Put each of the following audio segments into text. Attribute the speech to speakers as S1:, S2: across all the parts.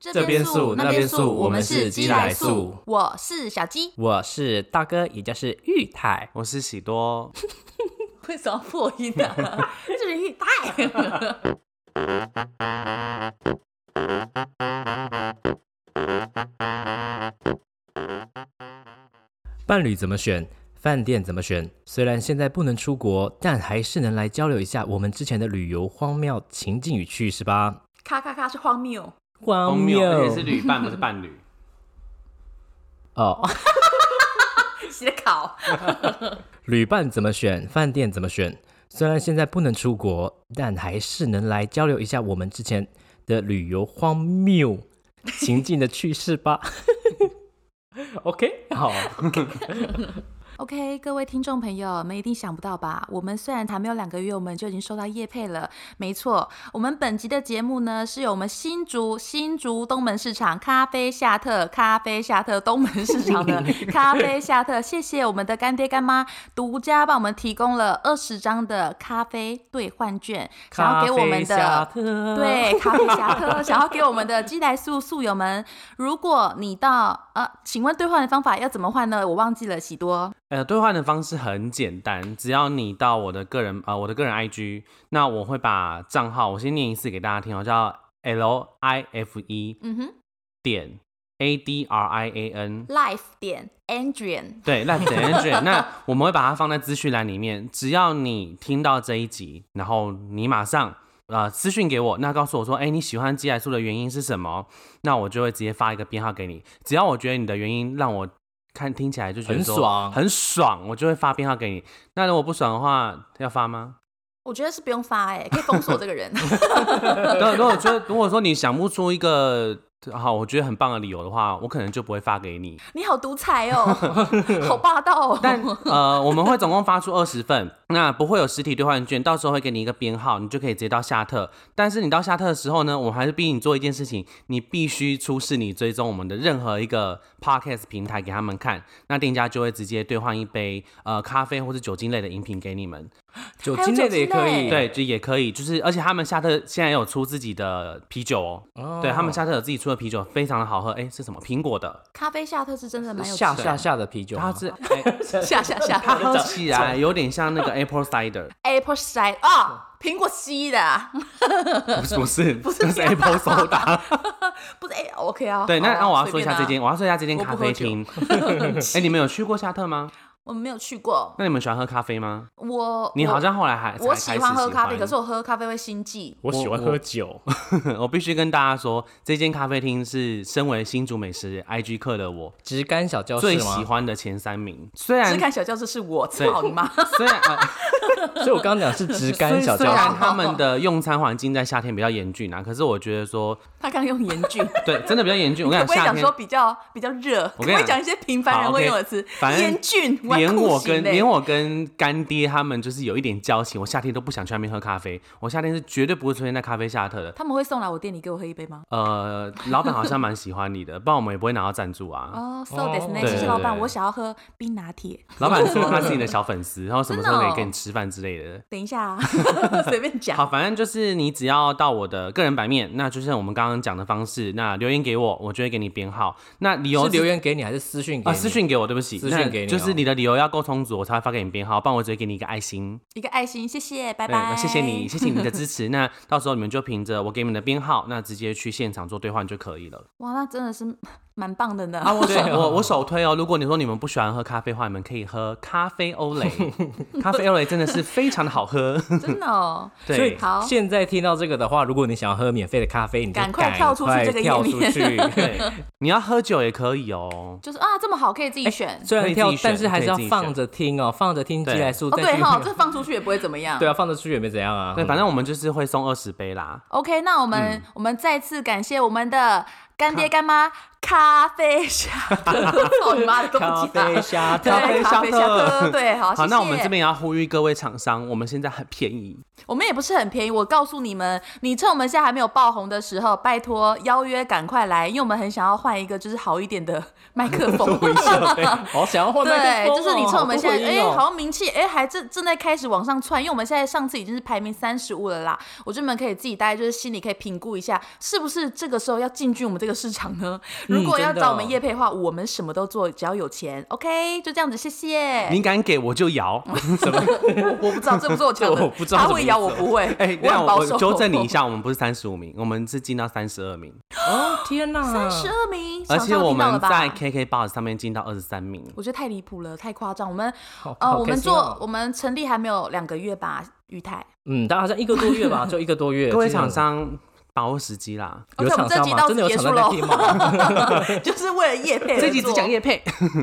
S1: 这边素那边素我们是鸡来素
S2: 我是小鸡。
S3: 我是大哥，也就是玉泰。
S1: 我是喜多，
S2: 为什么破音啊？ 这是玉带。
S3: 伴侣怎么选？饭店怎么选？虽然现在不能出国，但还是能来交流一下我们之前的旅游荒谬情境与趣，是吧？
S2: 咔咔咔是荒谬，
S3: 荒
S1: 而且是旅伴，不是伴侣。
S3: 哦，
S2: 写考。
S3: 旅伴怎么选？饭店怎么选？虽然现在不能出国，但还是能来交流一下我们之前的旅游荒谬情境的趣事吧。OK，好，啊
S2: OK，各位听众朋友，你们一定想不到吧？我们虽然还没有两个月，我们就已经收到业配了。没错，我们本集的节目呢，是由我们新竹新竹东门市场咖啡夏特咖啡夏特东门市场的咖啡夏特，谢谢我们的干爹干妈独家帮我们提供了二十张的咖啡兑换券，想要给我们的
S3: 对
S2: 对，咖啡侠特想要给我们的基来素素友们，如果你到呃，请问兑换的方法要怎么换呢？我忘记了，喜多。
S1: 呃，兑换的方式很简单，只要你到我的个人呃我的个人 IG，那我会把账号我先念一次给大家听哦，叫 L I F E
S2: 嗯哼
S1: 点 A D R I A N。
S2: ，life 点 Andrian，
S1: 对，那等 一下，那我们会把它放在资讯栏里面。只要你听到这一集，然后你马上呃私讯给我，那告诉我说，哎、你喜欢寄来素的原因是什么？那我就会直接发一个编号给你。只要我觉得你的原因让我看听起来就觉得
S3: 很
S1: 说
S3: 爽
S1: 很爽，我就会发编号给你。那如果不爽的话，要 发吗？
S2: 我觉得是不用发哎、可以封锁这个 人。
S1: 如啊如果说如果说你想不出一个好我觉得很棒的理由的话，我可能就不会发给你。
S2: 你好独裁哦， 好霸道哦。
S1: 但呃，我们会总共发出二十份，那不会有实体兑换券，到时候会给你一个编号，你就可以直接到夏特。但是你到夏特的时候呢，我还是逼你做一件事情，你必须出示你追踪我们的任何一个 podcast 平台给他们看，那店家就会直接兑换一杯呃咖啡或是酒精类的饮品给你们。
S3: 酒
S2: 还有
S3: 精类的
S2: 酒
S3: 也
S2: 精
S3: 可
S2: 类
S3: 以，
S1: 对，就也可以，就是而且他们夏特现在有出自己的啤酒哦，
S3: 哦
S1: 对他们夏特有自己出的啤酒，非常的好喝。哎，是什么？苹果的，
S2: 咖啡夏特是真的蛮有
S3: 下
S2: 趣
S3: 下下的啤酒吗，
S1: 它是哎，
S2: 的下下 下
S1: 它喝起来有点像那个 apple cider。
S2: Apple side 啊、苹果西的啊，
S1: 不是不是不
S2: 是这
S1: 是
S2: 样
S1: Apple Soda。
S2: 不是哎、OK 啊。
S1: 对，那
S2: 好啊
S1: 那我要
S2: 随
S1: 说一
S2: 便
S1: 下
S2: 啊
S1: 这间，我要说一下这间
S2: 我不
S1: 咖
S2: 喝
S1: 啡
S2: 酒
S1: 厅。哎，你们有去过夏特吗？
S2: 我们没有去过，
S1: 那你们喜欢喝咖啡吗？
S2: 我
S1: 你好
S2: 我
S1: 像后来还
S2: 我喜
S1: 才开始
S2: 欢喝咖啡，
S1: 欢
S2: 可是我喝咖啡会心悸。
S3: 我喜欢
S1: 我
S3: 喝酒，
S1: 我必须跟大家说，这间咖啡厅是身为新竹美食 IG 课的我
S3: 直干小教室
S1: 最喜
S3: 哦吗？
S1: 欢的前三名。虽
S2: 只
S1: 然
S2: 看小教室是我，
S1: 对
S2: 操你妈！
S1: 虽然呃
S3: 所以我刚刚讲是直 干小
S1: 虽
S3: 教
S1: 然
S3: 室，
S1: 他们的用餐环境在夏天比较严峻啊，可是我觉得说，
S2: 他刚刚用严峻，
S1: 对，真的比较严 峻。我跟
S2: 可不
S1: 你
S2: 可以
S1: 讲，夏
S2: 讲
S1: 天
S2: 说比较比较热？可
S1: 我
S2: 不
S1: 跟你
S2: 可以
S1: 讲
S2: 讲一些平凡人会用的词
S1: 好？，OK，
S2: 严峻，我
S1: 连我跟连
S2: 我
S1: 我跟干爹他们就是有一点交情，我夏天都不想去那边喝咖啡，我夏天是绝对不会出现在咖啡夏特的。
S2: 他们会送来我店里给我喝一杯吗？
S1: 呃，老板好像蛮喜欢你的，不然我们也不会拿到赞助啊。
S2: 哦，so this
S3: 对
S2: n
S1: 对
S2: 谢谢
S1: 对
S2: 老板，
S1: 对
S2: 我想要喝冰拿铁。
S1: 老板说他是你的小粉丝，然后什么时候
S2: 真
S1: 可
S2: 的哦
S1: 以跟你吃饭之类的。
S2: 等一下啊，随便
S1: 好，
S2: 讲。
S1: 反正就是你只要到我的个人版面，那就像我们刚刚讲的方式，那留言给我，我就会给你编号。那理由
S3: 是
S1: 是
S3: 留言给你还是私讯给
S1: 啊，
S3: 你？
S1: 私讯给我，对不起，
S3: 私讯
S1: 那
S3: 给你哦
S1: 就是你的理由要够充足，我才会发给你编号，不然我只会给你一个爱心。
S2: 一个爱心，谢谢，拜
S1: 对，
S2: 拜。
S1: 那谢谢你，谢谢你们的支持。那到时候你们就凭着我给你们的编号，那直接去现场做兑换就可以了。
S2: 哇，那真的是蛮棒的呢。
S1: 啊我手
S3: 对哦
S1: 我我首推哦，如果你说你们不喜欢喝咖啡的话，你们可以喝咖啡欧蕾，咖啡欧蕾真的是非常的好 喝。
S2: 真的哦。
S1: 对
S3: 所以
S2: 好
S3: 现在听到这个的话，如果你想要喝免费的咖啡，你就
S2: 赶快跳出去这个页
S3: 跳
S2: 面
S3: 出 去。
S1: 对，你要喝酒也可以哦。
S2: 就是啊，这么好可以自己选。
S3: 虽
S1: 可
S3: 然
S1: 以自己
S3: 跳
S1: 选，
S3: 但是还是要
S1: 可以自己选
S3: 放着听哦，放着听寄
S1: 对
S3: 来素
S2: 哦，
S3: 再
S2: 对
S3: 去。
S2: 哈，这放出去也不会怎么样。
S3: 对啊，放着出去也没怎样啊。
S1: 对，反正我们就是会送二十杯啦。
S2: OK，那我们、我们再次感谢我们的干爹干妈咖啡虾特，操你妈的都 不
S3: 咖
S2: 记得
S3: 啡。虾
S2: 对
S3: 特，
S1: 咖啡
S2: 咖
S1: 虾特
S2: 特，对，好，
S1: 好，
S2: 谢
S1: 那我们
S2: 谢
S1: 这边也要呼吁各位厂商，我们现在很便宜，
S2: 我们也不是很便宜，我告诉你们，你趁我们现在还没有爆红的时候，拜托邀约赶快来，因为我们很想要换一个就是好一点的麦克风。
S3: 好想要换麦
S2: 对，
S3: 克风哦
S2: 就是你趁我们现在，哎、
S3: 好
S2: 好
S3: 多回音哦
S2: 像名气，哎、还正正在开始往上窜，因为我们现在上次已经是排名三十五了啦。我觉得你们可以自己大概就是心里可以评估一下，是不是这个时候要进军我们这个市场呢？
S3: 嗯
S2: 如果要
S3: 真的
S2: 找我们叶配的话，我们什么都做，只要有钱，OK，就这样子，谢谢。
S1: 你敢给我就 摇。
S2: 我不知道这不是我讲的，
S3: 我不知道
S2: 他
S3: 这
S2: 会
S3: 什么
S2: 咬
S3: 意
S2: 我
S3: 思
S2: 不会，
S1: 哎，
S2: 我
S1: 那
S2: 很保
S1: 我
S2: 守。
S1: 纠正你一下，我们不是三十五名，我们是进到三十二名，
S3: 哦天哪，
S2: 哎三十二名，
S1: 嗯而
S2: 想
S1: 且
S2: 象
S1: 我
S2: 听到了
S1: 们
S2: 吧
S1: 在 KKBox 上面进到二十三名。
S2: 我觉得太离谱了，太夸张。我们
S3: 好
S2: 呃，
S3: 好
S2: 我
S3: 开
S2: 们
S3: 心
S2: 做
S3: 哦
S2: 我们成立还没有两个月吧，玉台。
S3: 嗯，大概好像一个多月 吧，就一个多月。
S1: 各位
S3: 这样
S1: 厂商把握时机啦，
S2: OK，
S3: 有
S2: 我们
S3: 厂
S2: 这
S3: 商
S2: 集
S3: 吗？
S2: 到
S3: 真
S2: 此
S3: 的有
S2: 结
S3: 厂
S2: 束
S3: 商在
S2: 喽
S3: 听， 吗？
S2: 就是为了叶 配而做。
S1: 这集只讲叶配，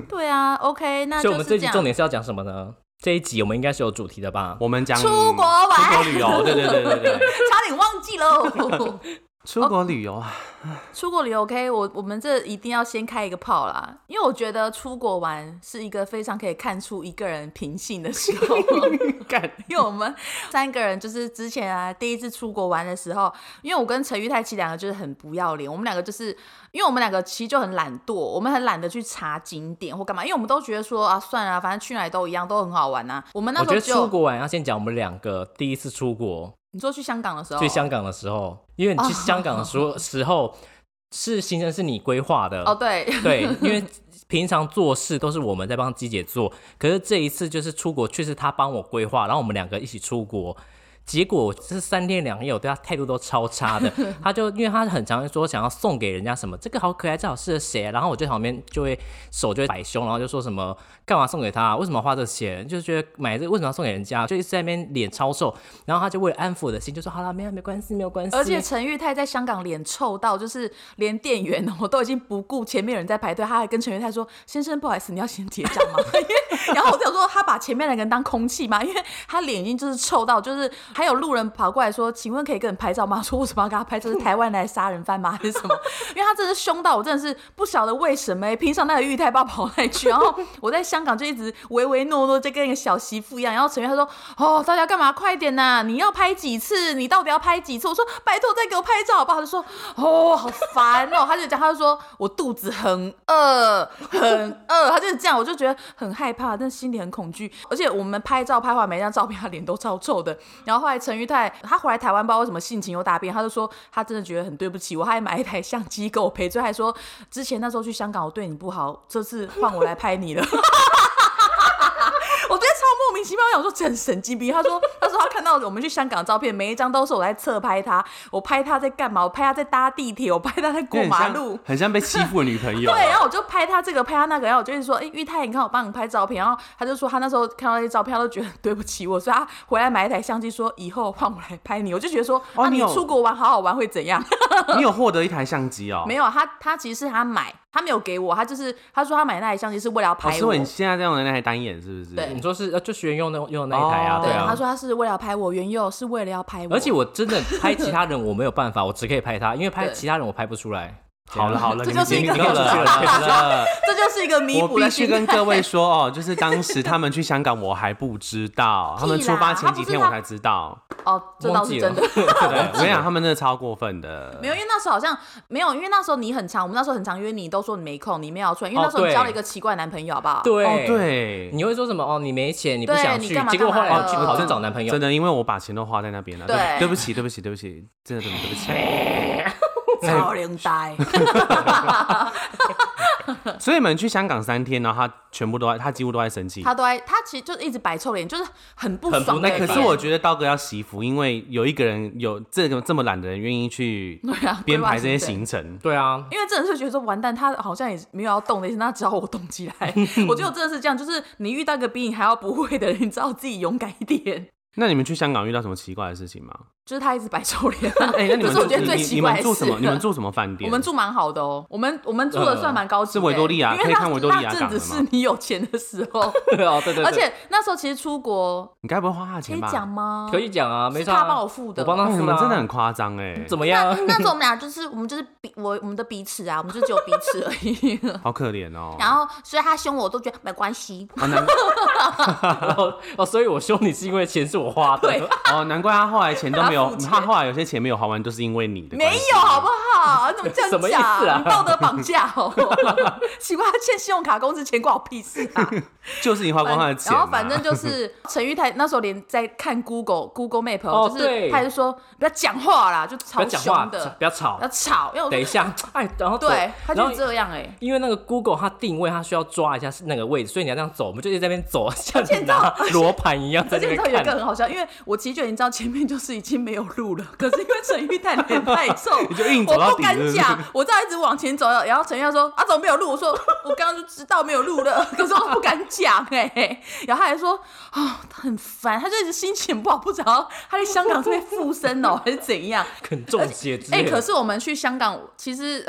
S2: 对啊，OK，那
S3: 所
S2: 就
S3: 以我们
S2: 是
S3: 这
S2: 这
S3: 集
S2: 样。
S3: 重点是要讲什么呢？这一集我们应该是有主题的吧？
S1: 我们讲
S2: 出国玩
S1: 出国旅游，对对对 对对，
S2: 差点忘记喽。
S1: 出国旅游啊，
S2: 出国旅游 OK，我我们这一定要先开一个炮啦，因为我觉得出国玩是一个非常可以看出一个人品性的时 候。
S1: 干
S2: 因为我们三个人就是之前啊第一次出国玩的时候，因为我跟陈玉泰其实两个就是很不要脸，我们两个就是因为我们两个其实就很懒惰，我们很懒得去查景点或干嘛，因为我们都觉得说啊算了、反正去哪里都一样，都很好玩啊。我们那
S3: 我
S2: 时
S3: 觉
S2: 候
S3: 得出
S2: 就
S3: 国玩要先讲我们两个第一次出国
S2: 你说去香港的时候，
S3: 去香港的时候，因为你去
S2: 哦
S3: 香港的 时候时候是行程是你规划的
S2: 哦对，
S3: 对，因为平常做事都是我们在帮机姐做，可是这一次就是出国，却是她帮我规划，然后我们两个一起出国。结果我这三天两夜，我对她态度都超差 的。她就因为她很常说想要送给人家什么，这个好可爱，这好适合谁、啊？然后我就旁边就会手就会摆胸，然后就说什么干嘛送给她、啊为什么要花这钱？就是觉得买这个为什么要送给人家？就一直在那边脸超瘦。然后她就为了安抚我的心，就说好啦，没有没关系，没有关系。
S2: 而且陈玉泰在香港脸臭到，就是连店员 我都已经不顾前面有人在排队，他还跟陈玉泰说：“先生，不好意思，你要先结账吗？” 因为然后我就想说，他把前面那个人当空气嘛，因为他脸已经就是臭到，就是还有路人跑过来说：“请问可以跟你拍照吗？”我说：“为什么要跟他拍？这是台湾来杀人犯吗？还是什么？” 因为他真的是凶到我真的是不晓得为什么、欸，平常那个玉泰爸跑来去，然后我在香港就一直唯唯诺诺，就跟一个小媳妇一样。然后陈玉泰说：“哦，大家干嘛？快点呐、你要拍几次？你到底要拍几次？”我说：“拜托，再给我拍照好不好？”他就说：“哦，好烦哦。”他就讲，他就说：“我肚子很饿，很饿。”他就是这样，我就觉得很害怕，但心里很恐惧。而且我们拍照拍完每一张照片，他脸都超臭的。然后后来陈玉泰他回来台湾，不知道为什么性情又大变，他就说他真的觉得很对不起我，他还买一台相机给我赔罪，还说之前那时候去香港我对你不好，这次换我来拍你了。我觉得超莫名其妙，我想说这很神经病。他说，他说他看到我们去香港的照片，每一张都是我在侧拍他，我拍他在干嘛？我拍他在搭地铁，我拍他在过马路。
S1: 很像被欺负的女朋友。啊
S2: 对，然后我就拍他这个，拍他那个，然后我就一直说，哎、玉泰，你看我帮你拍照片。然后他就说，他那时候看到那些照片，他都觉得对不起我，所以他回来买一台相机，说以后换我来拍你。我就觉得说，
S1: 哦
S2: 啊，
S1: 你
S2: 你
S1: 有
S2: 出国玩好好玩会怎样？
S1: 你有获得一台相机哦？
S2: 没
S1: 有。
S2: 有，啊他他其实是他买，他没有给我，他就是他说他买那台相机是为了要
S1: 老
S2: 拍
S1: 师
S2: 我。
S1: 哦问你现在在用的那台单眼是不是？
S2: 对
S3: 你说是呃就学员用那用的那一台啊，
S1: 哦
S2: 对，
S3: 啊。
S2: 他说他是为了要拍我，原佑是为了要拍我。
S3: 而且我真的拍其他人我没有办法，我只可以拍他，因为拍
S2: 对
S3: 其他人我拍不出来。
S1: 好了好了，
S2: 这
S1: 你们
S2: 就是一个
S1: 别闹了
S3: 这就
S1: 好了
S3: 是一个
S1: 好了。
S2: 这就是一个弥
S1: 我
S2: 补
S1: 必
S2: 的
S1: 须
S2: 心
S1: 跟
S2: 态。
S1: 各位说哦，就是当时他们去香港，我还不知 道，他们出发前几天我才知道。
S2: 哦，这倒
S3: 忘
S2: 是
S3: 记
S2: 真
S3: 了
S2: 的。
S1: 对，我跟你讲，他们真的超过分的。
S2: 没有，因为那时候好像没有，因为那时候你很长，我们那时候很长约你，都说你没空，你没有要出来，因为
S3: 哦
S2: 那时候你交了
S3: 对
S2: 一个奇怪男朋友，好不好？
S3: 对、
S1: 哦，，对，
S3: 你会说什么？哦，你没钱，你不
S2: 对
S3: 想
S2: 你
S3: 去
S2: 干嘛，
S3: 结果后
S2: 干
S3: 来哦
S2: 嘛
S3: 你去
S2: 的
S3: 跑去找男朋友
S1: 真。的，因为我把钱都花在那边了。
S2: 对
S1: 对，对不起，对不起，对不起，真的对不起对不起。
S2: 超灵呆。
S1: 所以你们去香港三天，然后他全部都在，他几乎都在生气。
S2: 他都在，他其实就是一直摆臭脸，就是很不
S3: 很不
S2: 爽的
S3: 耐
S2: 脸。
S1: 哎可是我觉得刀哥要惜福，因为有一个人有这个这么懒的人愿意去
S2: 对啊
S1: 编排这些
S2: 规划行程
S1: 行程。
S3: 对啊，
S2: 因为真的是觉得说完蛋，他好像也没有要动的意思，那只要我动 起来，我觉得我真的是这样，就是你遇到一个比你还要不会的人，你只好自己勇敢一点。
S1: 那你们去香港遇到什么奇怪的事情吗？
S2: 就是他一直摆臭脸。
S1: 哎、那你
S2: 啊
S1: 们
S2: 这是我
S1: 住
S2: 觉得最
S1: 你
S2: 奇
S1: 你
S2: 怪
S1: 们
S2: 的
S1: 住什
S2: 事
S1: 么？你们住什么饭
S2: 我
S1: 店？
S2: 们住蛮好的哦，我们我们住的算蛮高级的、欸
S1: 呃是维多利亚
S2: 因为
S1: 可以
S2: 那
S1: 看维多利亚
S2: 那
S1: 港
S2: 阵
S1: 的
S2: 子
S1: 吗
S2: 是你有钱的时候，
S3: 哦，对对对，
S2: 而且那时候其实出国
S1: 你该不会花他的
S2: 可
S1: 钱
S2: 以
S1: 吧？
S2: 讲吗？
S3: 可以讲啊，没
S2: 哦是
S3: 差、
S2: 他
S3: 啊，
S2: 帮我付的
S3: 我帮他
S1: 哎
S3: 付、啊
S1: 你们真的很夸张哎，
S3: 怎么样？
S2: 那时候我们俩就是我们就是彼我我们的彼此啊，我们就只有彼此而 已。
S1: 好可怜哦。
S2: 嗯 然后所以他凶我，我都觉得没关系。
S1: 哦难
S3: 哦哦，所以我凶你是因为钱是我花的，
S2: 对
S1: 哦，难怪他后来钱都 没
S2: 他
S1: 有，
S2: 付钱
S1: 他后来有些钱没有还完，都是因为你的关
S2: 没
S1: 系。
S2: 有好不好？你怎么这样
S3: 什么意
S2: 讲？
S3: 思啊
S2: 你道德绑架 哦！奇怪，他欠信用卡公司钱关我屁事啊！
S1: 就是你花光他的钱、啊。
S2: 然后反正就是陈玉泰那时候连在看 Google Google Map，、
S3: 哦
S2: 就是
S3: 对
S2: 他就说不要讲话啦，就
S3: 不
S2: 超
S3: 要讲话
S2: 凶，的
S3: 不，要吵
S2: 要，吵，因为我
S3: 等一下， 哎，然后走
S2: 对，他
S3: 然
S2: 就
S3: 后
S2: 这样哎、
S3: 因为那个 Google 它定位，它需要抓一下是那个位置，所以你要这样走，我们就一直在那边走， 像
S2: 且你知道
S3: 拿罗盘一样在
S2: 而
S3: 那
S2: 且你
S3: 边
S2: 知道有一个
S3: 看。
S2: 很好笑，因为我其实就已经知道前面就是已经没有路了，可是因为陈玉泰脸太臭，
S1: 你就硬走
S2: 我
S1: 到
S2: 不
S1: 底
S2: 敢
S1: 是不是
S2: 讲，我这样一直往前走，然后陈玉泰说啊怎么没有路？我说我刚刚就知道没有路了，可是我不敢讲哎、然后他还说啊、他很烦，他就一直心情不好，不知道他在香港这边附身哦还是怎样。
S3: 很中邪 之
S2: 哎、
S3: 类的。
S2: 可是我们去香港，其实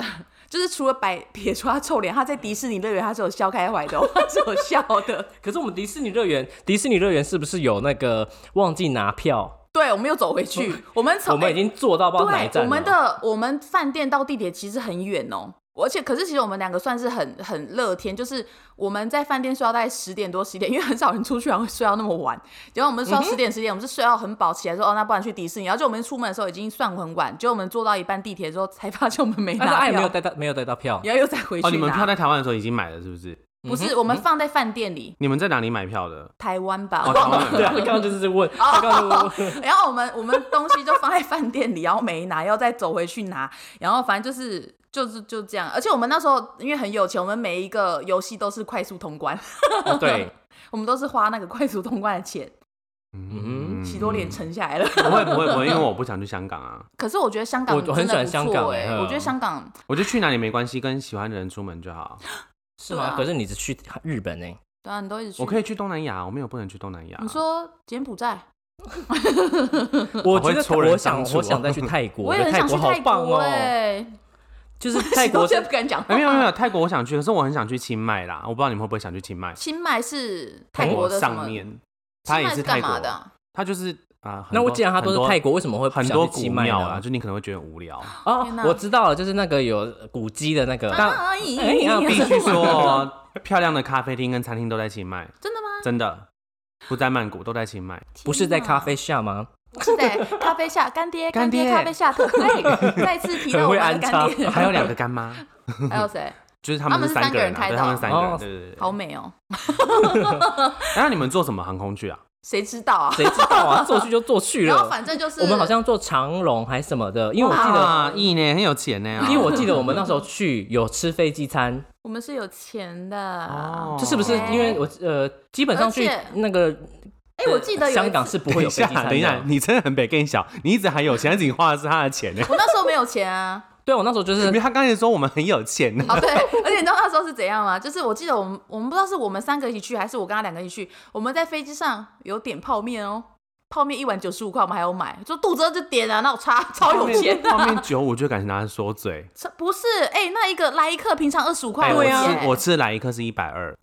S2: 就是除了摆撇出他臭脸，他在迪士尼乐园他是有笑开怀的、哦，他是有笑 的。
S3: 可是我们迪士尼乐园，迪士尼乐园是不是有那个忘记拿票？
S2: 对，我们又走回去，我们从哎
S3: 我们已经坐到不知道哪一
S2: 对，
S3: 站哦
S2: 我
S3: 了。
S2: 们的我们饭店到地铁其实很远哦。而且，可是其实我们两个算是很很乐天，就是我们在饭店睡到大概十点多十一点，因为很少人出去还会睡到那么晚。然后我们
S3: 嗯
S2: 睡到十点十一点，我们是睡到很饱，起来说哦，那不然去迪士尼。然后就我们出门的时候已经算很晚，结果我们坐到一半地铁之后才发现我们 没
S3: 但是
S2: 拿
S3: 啊爱没有
S2: 票，
S3: 带到，没有带到票。
S2: 然后又再回去拿。
S1: 哦，你们票在台湾的时候已经买了是不是？
S3: 嗯
S2: 不是我们放在饭店里，
S1: 你们在哪里买票的？
S2: 台湾吧，
S1: 哦，台湾买
S3: 对啊，
S1: 票
S3: 他刚刚就是问，
S2: 哦
S3: 他刚刚就是问
S2: 然后我们我们东西就放在饭店里，然后没拿，要再走回去拿，然后反正就是就是就这样。而且我们那时候因为很有钱，我们每一个游戏都是快速通关，
S3: 哦对，
S2: 我们都是花那个快速通关的钱，
S3: 嗯
S2: 喜多脸沉下来了。
S1: 不会不会不会，因为我不想去香港啊。
S2: 可是我觉得香港
S3: 我我很
S2: 真
S3: 喜
S2: 的
S3: 欢
S2: 不
S3: 香
S2: 错
S3: 港
S2: 哎、
S3: 嗯
S2: 我觉得香港
S1: 我觉得去哪里没关系，跟喜欢的人出门就好。
S3: 是
S2: 对啊
S3: 吗？可是你只去日本欸呢？
S2: 对啊，你都一直去。
S1: 我可
S2: 以，
S1: 以去东南亚，我没有不能去东南亚。
S2: 你说柬埔寨，
S3: 我
S1: 好会
S3: 觉得
S1: 戳人
S3: 我想
S1: 伤处
S3: 我
S1: 哦
S3: 想再去泰 国，
S2: 我也很
S3: 泰
S2: 想去
S3: 国好
S2: 泰
S3: 棒
S2: 国
S3: 哦，
S2: 哎、
S3: 就是泰
S2: 我
S3: 国
S2: 现在不敢讲话。
S1: 哎、没有没有没有，泰国我想去，可是我很想去清迈啦。我不知道你们会不会想去清迈？
S2: 清迈是泰
S1: 国
S2: 国的什么？
S1: 上面，
S2: 清
S1: 它也
S2: 迈
S1: 是
S2: 干
S1: 泰
S2: 嘛
S1: 国
S2: 的啊？
S1: 它就是啊。很
S3: 那我
S1: 多
S3: 既然他都
S1: 很多
S3: 是泰国，为什么会不
S1: 很
S3: 想
S1: 多
S3: 去
S1: 古
S3: 清迈
S1: 庙啊
S3: 呢
S1: 啦，？就你可能会觉得很无 聊。
S3: 哦
S2: 天哪，
S3: 我知道了，就是那个有古迹的那个，但
S2: 啊
S3: 哎呀
S1: 必须说哦，漂亮的咖啡厅跟餐厅都在清迈，
S2: 真的吗？
S1: 真的不在曼谷，都在清迈。
S3: 不是在咖啡下吗？
S2: 是的，咖啡下干爹，
S1: 干
S2: 爹
S1: 爹
S2: 咖啡下特，哎，再次提到我们的干爹，
S1: 还有两个干 妈，
S2: 还有谁？
S1: 就是他们
S2: 他们是
S1: 是
S2: 三
S1: 三
S2: 个
S1: 个
S2: 人
S1: 人
S2: 开
S1: 啊，
S2: 的
S1: 对，他们三个
S3: 哦
S1: 人，对对对。
S2: 好美哦，
S1: 然后你们坐什么航空去啊？
S2: 谁知道啊？
S3: 谁知 道啊？坐去就坐去
S2: 然后
S3: 了。
S2: 反正就是
S3: 我们好像坐长龙还是什么的，因为我记得，
S1: 啊，意呢很有钱呢，
S3: 因为我记得 我们那时候去有吃飞机餐，
S2: 我们是有钱的
S1: 哦，
S3: 这是不是？因为我呃，基本上去
S2: 而且
S3: 那个呃
S2: 哎，我记得有
S3: 香
S2: 一
S3: 港
S2: 次，
S3: 是不会有飞机餐
S1: 等一下，
S3: 的。
S1: 你真的很北更小，你一直喊有钱，但是你花的是他的钱 呢。
S2: 我那时候没有钱啊。
S3: 对，我那时候就
S1: 因
S3: 是
S1: 为他刚才说我们很有钱呢，
S2: 哦，对，而且你知道那时候是怎样吗？就是我记得我们，我们不知道是我们三个一起去，还是我跟他两个一起去。我们在飞机上有点泡面哦，泡面一碗九十五块，我们还有买，说肚子饿就点啊，那我差超有钱的。
S3: 啊
S1: 后面酒我就感觉拿来说嘴。
S2: 这不是，哎、那一个来一克平常二十五块，
S1: 哎我
S2: 有
S3: 啊
S2: 钱
S1: 吃我吃来一克是一百二，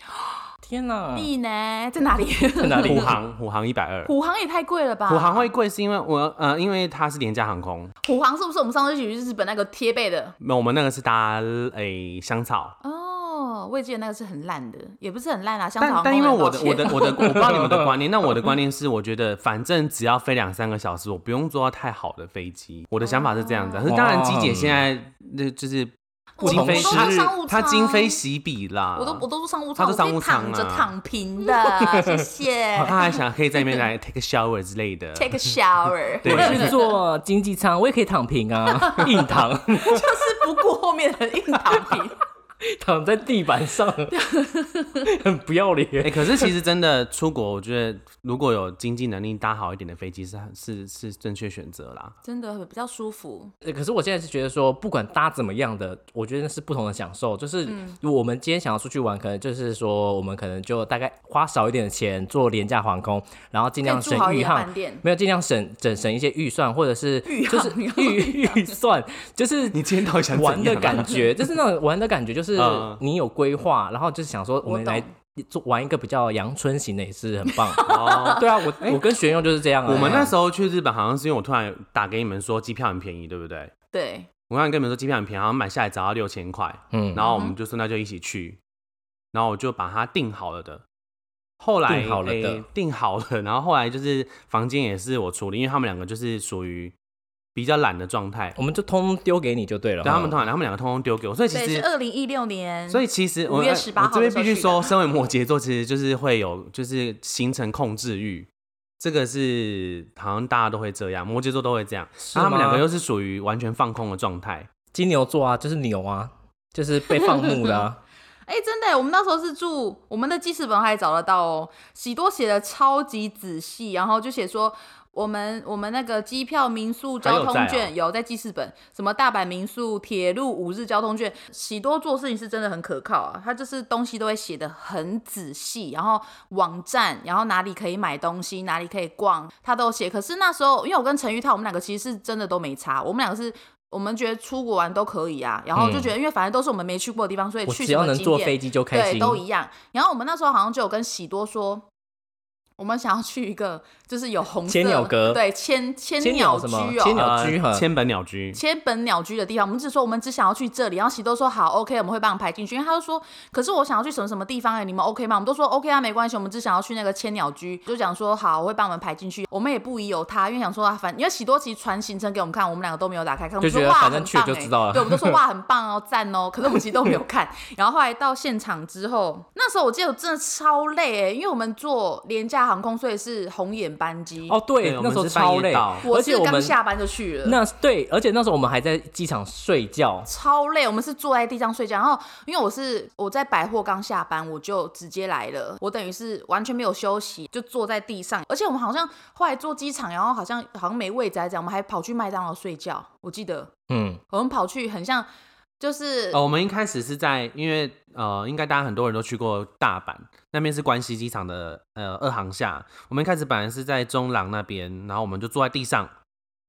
S3: 天
S1: 嗯
S3: 哪，
S2: 你呢？在哪里？
S3: 在哪里
S1: 虎？航虎航一百二，
S2: 虎航也太贵了吧？
S1: 虎航会贵是因为我呃，因为它是廉价航空，
S2: 虎航是不是我们上次一起去日本那个贴背的？
S1: 没有我们那个是搭诶、香草，
S2: 哦，我也记得那个是很烂的，也不是很烂啊，香
S1: 但
S2: 肠。
S1: 但因为我的
S2: 很抱
S1: 我
S2: 歉
S1: 的我的我不知道你们的 观念，那我的观念是，我觉得反正只要飞两三个小时，我不用坐到太好的飞机。我的想法是这样子，可是当然机姐现在那就是
S2: 哦我
S1: 今非
S2: 我
S1: 昔
S2: 都是
S1: 日
S2: 商务舱，
S1: 她今非昔比 啦。
S2: 我都我都是商务舱，
S1: 他
S2: 我
S1: 啊是商务
S2: 是躺
S1: 舱
S2: 着
S1: 啊
S2: 躺平 的，谢谢。
S1: 她还想可以在那边来 take a shower 之类的。
S2: Take a shower，
S1: 对
S3: 我是坐经济舱，我也可以躺平啊，硬躺。
S2: 就是不顾后面的硬躺平。
S3: 躺在地 板上，很不要
S1: 哎、
S3: 脸。
S1: 可是其实真的出国，我觉得如果有经济能力搭好一点的飞机是很是是正确选择啦。
S2: 真的比较舒服。
S3: 呃可是我现在是觉得说，不管搭怎么样的，我觉得是不同的享受。就是
S2: 嗯
S3: 如果我们今天想要出去玩，可能就是说，我们可能就大概花少一点的钱做廉价航空，然后尽
S2: 可
S3: 量
S2: 以住
S3: 省
S2: 好一
S3: 预
S2: 点
S3: 航
S2: 饭店，
S3: 没有尽量省省省一些预算，或者是
S2: 预
S3: 就
S2: 航
S3: 是
S2: 你要
S3: 预 预算，就是
S1: 你今天到底想怎
S3: 玩的
S1: 样啊
S3: 感觉，就是那种玩的感觉，就是
S1: 嗯
S3: 你有规划，然后就是想说我们
S2: 懂
S3: 来做玩一个比较阳春型的也是很 棒。
S1: 哦，
S3: 对啊，
S2: 哎
S3: 我我跟玄用就是这样啊。
S1: 我们那时候去日本好像是因为我突然打给你们说机票很便宜，对不对？
S2: 对，
S1: 我刚才跟你们说机票很便宜，好像买下来只要六千块，
S3: 嗯，
S1: 然后我们就说那就一起去，然后我就把它订好了的。后来
S3: 订好了的
S1: 诶订好了，然后后来就是房间也是我处理，因为他们两个就是属于比较懒的状态，
S3: 我们就通通丢给你就对了。
S1: 对他们通常他们两个通通丢给我，所以其
S2: 对，
S1: 实
S2: 是二零一六年，
S1: 所以其实我
S2: 5月18
S1: 我这
S2: 号的
S1: 边必
S2: 时候
S1: 须
S2: 去
S1: 说，
S2: 的
S1: 身为摩羯座，其实就是会有就是形成控制欲，这个是好像大家都会这样，摩羯座都会这样。
S3: 是
S1: 然后他们两个
S3: 吗
S1: 又是属于完全放空的状态，
S3: 金牛座啊，就是牛啊，就是被放牧 的啊。
S2: 哎、真的耶，我们那时候是住我们的记事本还找得到哦。喜多写的超级仔细，然后就写说我们我们那个机票、民宿、
S1: 还
S2: 交
S1: 有
S2: 通
S1: 在啊
S2: 券有在记事本，什么大阪民宿、铁路五日交通券。喜多做事情是真的很可靠啊，他就是东西都会写的很仔细，然后网站，然后哪里可以买东西，哪里可以逛，他都有写。可是那时候，因为我跟陈玉泰，我们两个其实是真的都没差，我们两个是。我们觉得出国玩都可以啊，然后
S1: 嗯
S2: 就觉得，因为反正都是我们没去过的地方，所以
S3: 我
S2: 去
S3: 只
S2: 什
S3: 要
S2: 么
S3: 能
S2: 景
S3: 坐
S2: 点
S3: 飞机就开
S2: 对，
S3: 心。
S2: 都一样。然后我们那时候好像就有跟喜多说，我们想要去一个就是有红色
S3: 千鸟阁
S2: 对，千千
S3: 千
S2: 鸟
S3: 鸟
S2: 居
S3: 什么
S2: 哦，
S3: 千鸟居
S1: 呃
S3: 哈
S1: 千本鸟居，
S2: 千本鸟居的地方，我们只说我们只想要去这里，然后喜多说好，OK，我们会帮你排进去，因为他就说，可是我想要去什么什么地方哎、你们 OK 吗？我们都说 OK 啊，没关系，我们只想要去那个千鸟居，就讲说好，我会帮我们排进去，我们也不疑有他，因为想说啊，反因为喜多其实传行程给我们看，我们两个都没有打开看，我们
S3: 就
S2: 说
S3: 觉得
S2: 哇，
S3: 反
S2: 很
S3: 正
S2: 棒
S3: 去了就
S2: 哎
S3: 知道了
S2: 对，我们都 说哇，很棒哦，赞哦，可是我们其实都没有看， 然后后来到现场之后，那时候我记得我真的超累哎、因为我们坐廉价航空，所以是红眼班机，
S3: 哦，对
S1: 对，
S3: 那
S1: 我们
S3: 时候
S1: 是半夜
S3: 超累，
S1: 到
S2: 我
S3: 而且
S2: 是
S3: 我
S2: 刚
S3: 们
S2: 下班就去了。
S3: 那对，而且那时候我们还在机场睡觉。
S2: 超累，我们是坐在地上睡觉。然后因为我是我在百货刚下班，我就直接来了，我等于是完全没有休息，就坐在地上。而且我们好像后来坐机场，然后好像好像没位置还是怎样，我们还跑去麦当劳睡觉。我记得
S3: 嗯，
S2: 我们跑去很像就是、
S3: 哦
S1: 呃，我们一开始是在，因为呃，应该大家很多人都去过大阪，那边是关西机场的呃二航厦。我们一开始本来是在中廊那边，然后我们就坐在地上。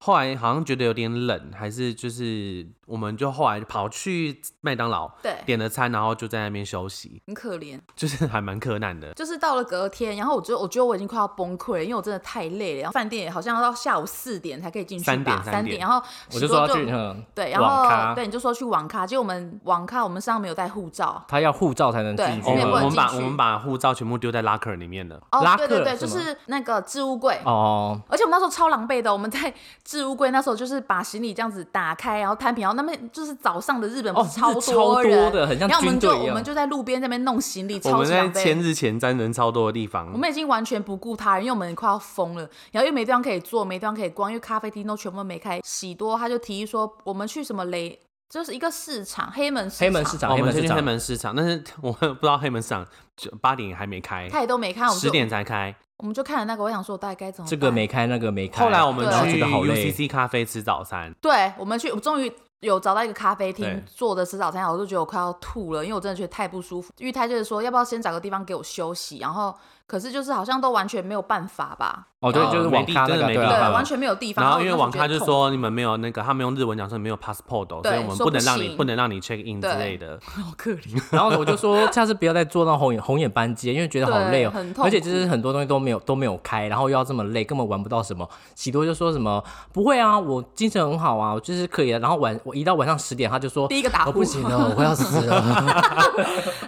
S1: 后来好像觉得有点冷，还是就是我们就后来跑去麦当劳
S2: 对，
S1: 点了餐，然后就在那边休息，
S2: 很可怜。
S1: 就是还蛮柯南的。
S2: 就是到了隔天，然后我觉得我觉得我已经快要崩溃了，因为我真的太累了。然后饭店也好像要到下午四点才可以进去吧，
S1: 三点三
S2: 三
S1: 点
S2: 点。然后
S3: 我就
S2: 许多
S3: 说要去，嗯，
S2: 对，然
S3: 网咖
S2: 后对你就说去网咖，结果我们网咖我们身上没有带护照。
S3: 他要护照才能
S2: 对
S3: 进去
S1: 我
S2: 因
S1: 们
S2: 为不
S1: 我
S2: 能
S1: 们把
S2: 进
S1: 我
S2: 去
S1: 们把护照全部丢在 locker 里面了。
S2: 哦
S3: 拉，
S2: 对
S3: 客
S2: 对对，就
S3: 什么
S2: 是那个置物柜。
S3: 哦，
S2: 而且我们那时候超狼狈的，我们在置物柜那时候就是把行李这样子打开，然后摊平，然后那边就是早上的日本
S3: 哦
S2: 不是超
S3: 日超多
S2: 人，
S3: 的很像
S2: 然后我
S3: 军
S2: 们就
S3: 队一样
S2: 我们就在路边那边弄行李，
S1: 我
S2: 超
S1: 们
S2: 级
S1: 在
S2: 狼
S1: 千
S2: 狈。
S1: 日前站人超多的地方
S2: 我，们已经完全不顾他人，因为我们快要疯了，然后又没地方可以坐，没地方可以逛，因为咖啡厅都全部都没开。喜多他就提议说，我们去什么雷，就是一个市场，黑门市场，
S3: 黑门市场，
S1: 哦我们
S3: 门
S1: 先
S3: 市
S1: 去
S3: 场
S1: 黑，门市场，但是 我们不知道黑门市场就八点还没开，
S2: 他也都没看，我们
S1: 十
S2: 就
S1: 点才开。
S2: 我们就看了那个，我想说我到底该怎么办
S3: 这个没开，那个没开。
S1: 后来我们
S2: 对然后
S1: 去
S3: 觉得好累
S1: UCC 咖啡吃早餐，
S2: 对，我们去，我终于有找到一个咖啡
S1: 对
S2: 厅坐着吃早餐，我就觉得我快要吐了，因为我真的觉得太不舒服。玉泰就是说，要不要先找个地方给我休息？然后，可是就是好像都完全没有办法吧，
S3: 哦，对，
S1: 呃
S3: 就是网咖那
S1: 没
S3: 个，对
S1: 地真的没
S2: 对，
S1: 办法
S3: 啊，
S2: 完全没有地方。
S1: 然后因为
S2: 我
S1: 网
S2: 就
S1: 咖
S2: 觉得
S1: 就
S2: 痛，
S1: 说你们没有那个，他们用日文讲说你没有 passport，哦所以
S2: 对
S1: 我们
S2: 说
S1: 不能
S2: 不
S1: 让你
S2: 行
S1: 不能让你 check in 之
S2: 对
S1: 类的。
S2: 好可怜。
S3: 然后我就说下次不要再坐到红眼红眼班机，因为觉得好累哦
S2: 对很，痛苦
S3: 而且就是很多东西都没有都没有开，然后又要这么累，根本玩不到什么。喜多就说什么不会啊，我精神很好啊，我就是可以啊。然后晚我一到晚上十点，他就说哦
S2: 第一个打
S1: 哦
S2: 呼
S3: 我不行了，我快要死了。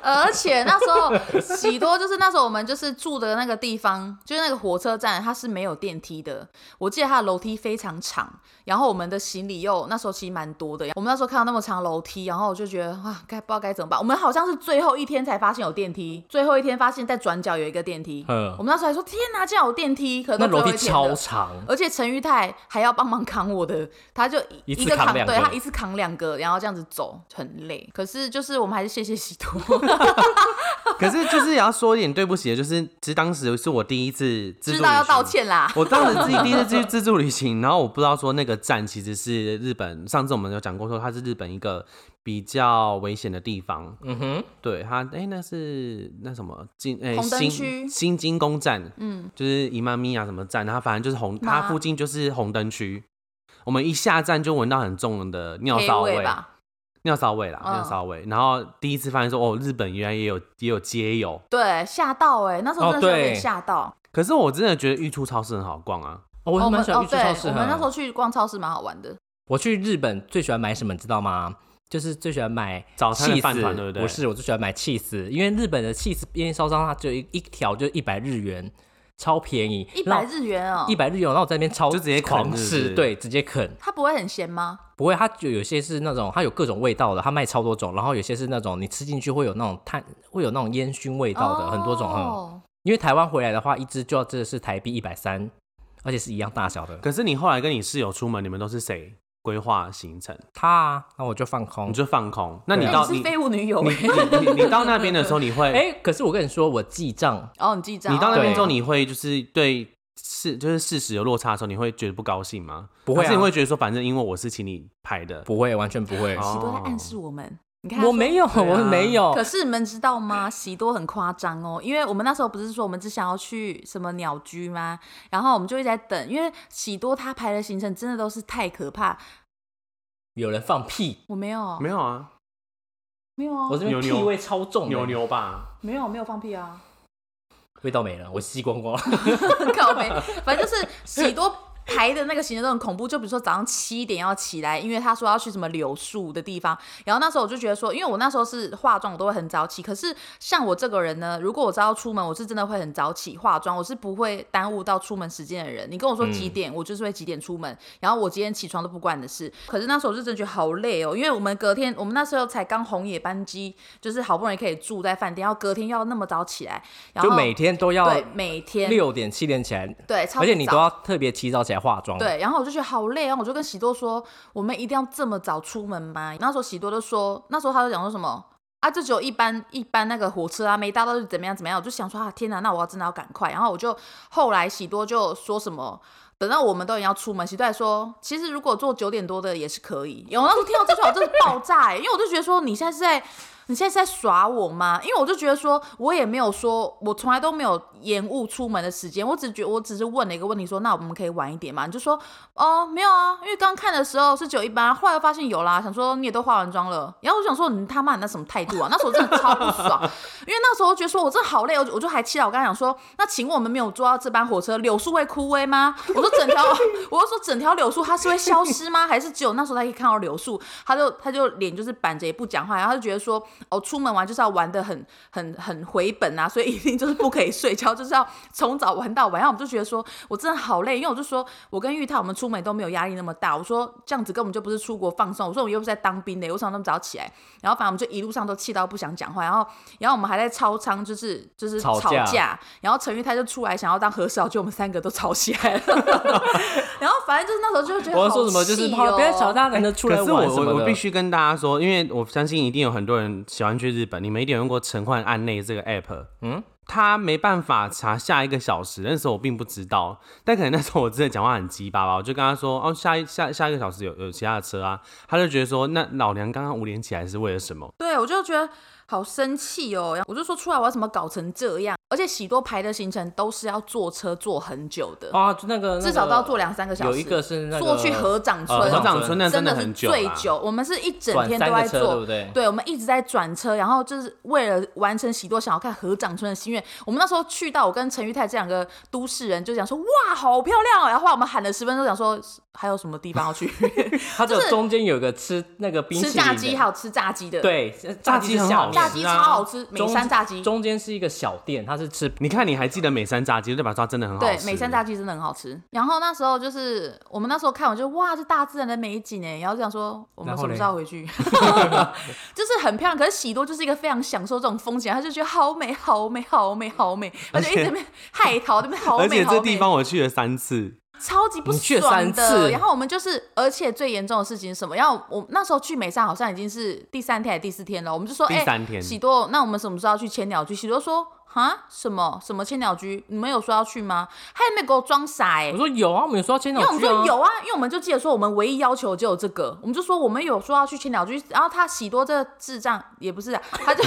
S2: 而且那时候喜多就是那时候我们就是住的那个地方，就是那个火车站，它是没有电梯的。我记得它的楼梯非常长，然后我们的行李又那时候其实蛮多的。我们那时候看到那么长的楼梯，然后我就觉得哇，该不知道该怎么办。我们好像是最后一天才发现有电梯，最后一天发现在转角有一个电梯。
S3: 嗯
S2: 我们那时候还说天哪，竟然有电梯！可是
S3: 那
S2: 都
S3: 楼
S2: 最后
S3: 梯
S2: 一天
S3: 超
S2: 了
S3: 长，
S2: 而且陈玉泰还要帮忙扛我的，他就
S3: 一次
S2: 个
S3: 扛
S2: 扛，
S3: 两
S2: 对
S3: 个
S2: 他一次扛两个，然后这样子走很累。可是就是我们还是谢谢喜多，
S1: 可是就是也要说一点对不起的，就是其实当时是我第一次自助
S2: 知道要
S1: 旅行
S2: 道。歉啦。
S1: 我当时自己第一次去自助旅行，然后我不知道说那个站其实是日本，上次我们有讲过说它是日本一个比较危险的地方，
S3: 嗯哼，
S1: 对它，哎、那是那什么金哎、
S2: 红灯
S1: 新
S2: 区
S1: 新金宫站，
S2: 嗯，
S1: 就是姨妈咪呀啊什么站，然后反正就是红，
S2: 妈
S1: 它附近就是红灯区。我们一下站就闻到很重的尿
S2: 黑
S1: 骚
S2: 尾
S1: 味，
S2: 吧，
S1: 尿骚味啦，
S2: 嗯
S1: 尿骚味。然后第一次发现说，哦，日本原来也有也有街友。
S2: 对，吓到哎、那时候
S3: 哦
S2: 真的是有
S3: 对
S2: 点吓到。
S1: 可是我真的觉得御出超市很好逛啊，
S3: 哦，我
S2: 哦
S3: 还
S2: 我
S3: 蛮
S2: 们
S3: 喜欢
S2: 哦
S3: 去，
S2: 对
S3: 超市，
S2: 我们那时
S3: 的。
S2: 候去逛超市蛮好玩的。
S3: 我去日本最喜欢买什么，你知道吗？就是最喜欢买
S1: 早哦餐的
S3: cheese，
S1: 饭团对不对
S3: 是，我最喜欢买 cheese，因为日本的 cheese 边烧商它只有一一条就一百日元，超便宜，
S2: 一百日元哦、
S3: 一百日元，然后我在那边超
S1: 就直接啃
S3: 狂
S1: 是不是
S3: 吃，对，直接啃。
S2: 它不会很咸吗？
S3: 不会，它就有些是那种它有各种味道的，它卖超多种，然后有些是那种你吃进去会有那种碳，会有那种烟熏味道的，很多种嗯。
S2: 哦
S3: 因为台湾回来的话，一只就要真的是台币一百三，而且是一样大小的。
S1: 可是你后来跟你室友出门，你们都是谁规划行程？
S3: 它啊，那我就放空
S1: 你。就放空。那
S3: 对
S1: 你
S2: 哎
S1: 到
S2: 你
S1: 你
S2: 是废物女友
S1: 你
S2: 哎、
S1: 你你你到那边的时候，你
S3: 哎、
S1: 会
S3: 可是我跟你说，我记账，
S2: 哦，你记账。
S1: 你到那边
S3: 对
S1: 之后，你会就是对事就是事实有落差的时候，你会觉得不高兴吗？
S3: 不会啊
S1: 还是你会觉得说，反正因为我是请你拍的，
S3: 不会，完全不会。
S1: 哦
S2: 喜多在暗示我们，你看他
S3: 我
S2: 说
S3: 没有，
S1: 对啊
S3: 我没有
S2: 可。是你们知道吗？喜多很夸张哦，因为我们那时候不是说我们只想要去什么鸟居吗？然后我们就一直在等，因为喜多他排的行程真的都是太可怕。
S3: 有人放屁，
S2: 我没有，
S1: 没有啊，
S2: 没有啊，
S3: 我这边
S1: 牛牛
S3: 屁味超重的，
S1: 牛牛吧？
S2: 没有没有放屁啊，
S3: 味道没了，我吸光光了。
S2: 靠背，反正就是喜多。排的那个行程都很恐怖，就比如说早上七点要起来，因为他说要去什么柳树的地方。然后那时候我就觉得说，因为我那时候是化妆，我都会很早起。可是像我这个人呢，如果我知道要出门，我是真的会很早起化妆，我是不会耽误到出门时间的人。你跟我说
S3: 嗯
S2: 几点，我就是会几点出门。然后我今天起床都不关你的事。可是那时候我就真的觉得好累哦，因为我们隔天，我们那时候才刚红野班机，就是好不容易可以住在饭店，然后隔天要那么早起来，然后
S3: 就每天都要
S2: 对每天
S3: 哦六点七点起来，
S2: 对，超
S3: 而且你
S2: 早
S3: 都要特别提早起来化妆。，
S2: 对，然后我就觉得好累啊，我就跟喜多说，我们一定要这么早出门吗？那时候喜多就说，那时候他就讲说什么啊，就只有一班一班那个火车啊，没搭到就怎么样怎么样，我就想说啊，天哪，那我要真的要赶快。然后我就后来喜多就说什么。等到我们都已经要出门，喜多还说，其实如果坐九点多的也是可以。然后我当时听到这句话，我真的爆炸、欸，因为我就觉得说，你现在是在你现在是在耍我吗？因为我就觉得说，我也没有说，我从来都没有延误出门的时间，我只觉我只是问了一个问题说那我们可以晚一点嘛？你就说哦，没有啊，因为刚看的时候是九一八，后来发现有啦，想说你也都化完妆了，然后我就想说你他妈你那什么态度啊？那时候我真的超不爽，因为那时候我觉得说我真的好累，我就我就还气到我跟他讲说，那请问我们没有坐到这班火车，柳树会枯萎吗？我说整条， 我就说整条柳树它是会消失吗？还是只有那时候才可以看到柳树？他就他就脸就是板着也不讲话，然后他就觉得说，哦，出门玩就是要玩的很很很回本啊， 所以一定就是不可以睡觉，就是要从早玩到晚。然后我们就觉得说我真的好累，因为我就说我跟玉泰我们出门都没有压力那么大，我说这样子根本就不是出国放松，我说我又不是在当兵的，我为什么那么早起来？然后反正我们就一路上都气到不想讲话，然后然后我们还在超仓就是就是
S3: 吵
S2: 吵
S3: 架
S2: 然后陈玉泰就出来想要当和事佬，就我们三个都吵起来了。 然后反正就是那时候就觉得
S3: 我要
S2: 好
S3: 说什么就是
S2: 气
S3: 怕
S2: 哦
S3: 不要吵大人的出来
S1: 可是我
S3: 玩什
S1: 我
S3: 么
S1: 我
S3: 的。
S1: 必须跟大家说，因为我相信一定有很多人喜欢去日本，你们一定有用过陈焕案内这个 app，嗯，他没办法查下一个小时，那时候我并不知道，但可能那时候我真的讲话很鸡巴吧，我就跟他说，哦，下一下下一个小时有有其他的车啊，他就觉得说，那老娘刚刚五点起来是为了什么？
S2: 对，我就觉得好生气哦。然后我就说出来我要怎么搞成这样，而且喜多排的行程都是要坐车坐很久的，
S3: 啊，就那个
S2: 至少都要坐两三个小时。
S3: 有一个是那个
S2: 坐去合掌村，
S3: 呃
S1: 合
S3: 合
S1: 掌村那
S2: 真
S1: 的
S2: 是
S1: 很久
S2: 最
S1: 啦，
S2: 久，我们是一整
S3: 转
S2: 天
S3: 三
S2: 都
S3: 个
S2: 在
S3: 车
S2: 坐，
S3: 对不对
S2: 我们一直在转车，然后就是为了完成喜多想要看合掌村的心愿。我们那时候去到，我跟陈玉泰这两个都市人就讲说，哇，好漂亮哦！然后后来我们喊了十分钟，讲说还有什么地方 要去
S3: 它就中间有个吃那个冰淇
S2: 吃
S3: 淋
S2: 炸
S3: 的
S2: 鸡，还有吃炸鸡的，，
S3: 对，炸
S1: 炸鸡
S3: 是
S1: 很
S3: 下
S1: 好
S3: 面
S1: 吃
S2: 炸鸡超好吃，
S3: 中
S2: 美山炸鸡。
S3: 中间是一个小店，它是是吃
S1: 你看，你还记得美山炸鸡对吧？它真的很好
S2: 对，
S1: 吃。
S2: 美山炸鸡真的很好吃。然后那时候就是我们那时候看，我就哇，这大自然的美景哎，然后就想说我们
S3: 然
S2: 什
S3: 后
S2: 么
S3: 嘞
S2: 时候回 去？ 就是很漂亮，可是喜多就是一个非常享受这种风景，啊他就觉得好美，好美，好美，好美，他就一直在那边海淘那边好美，
S1: 而且
S2: 好美
S1: 这地方我去了三次，
S2: 超级不
S3: 你去了
S2: 爽
S3: 三次
S2: 的。然后我们就是，而且最严重的事情是什么？然后我那时候去美山好像已经是第三天还是第四天了，我们就说，
S1: 第
S2: 哎、
S1: 三天
S2: 喜多，那我们什么时候要去千鸟居？喜多说。啊，什么什么千鸟居？你们有说要去吗？他也没给我装傻哎、
S3: 我说有啊，我们有说要千
S2: 因
S3: 岛
S2: 为我们
S3: 去啊
S2: 说。有啊，因为我们就记得说我们唯一要求就有这个，我们就说我们有说要去千鸟居，然后他喜多这智障也不是、啊， 他就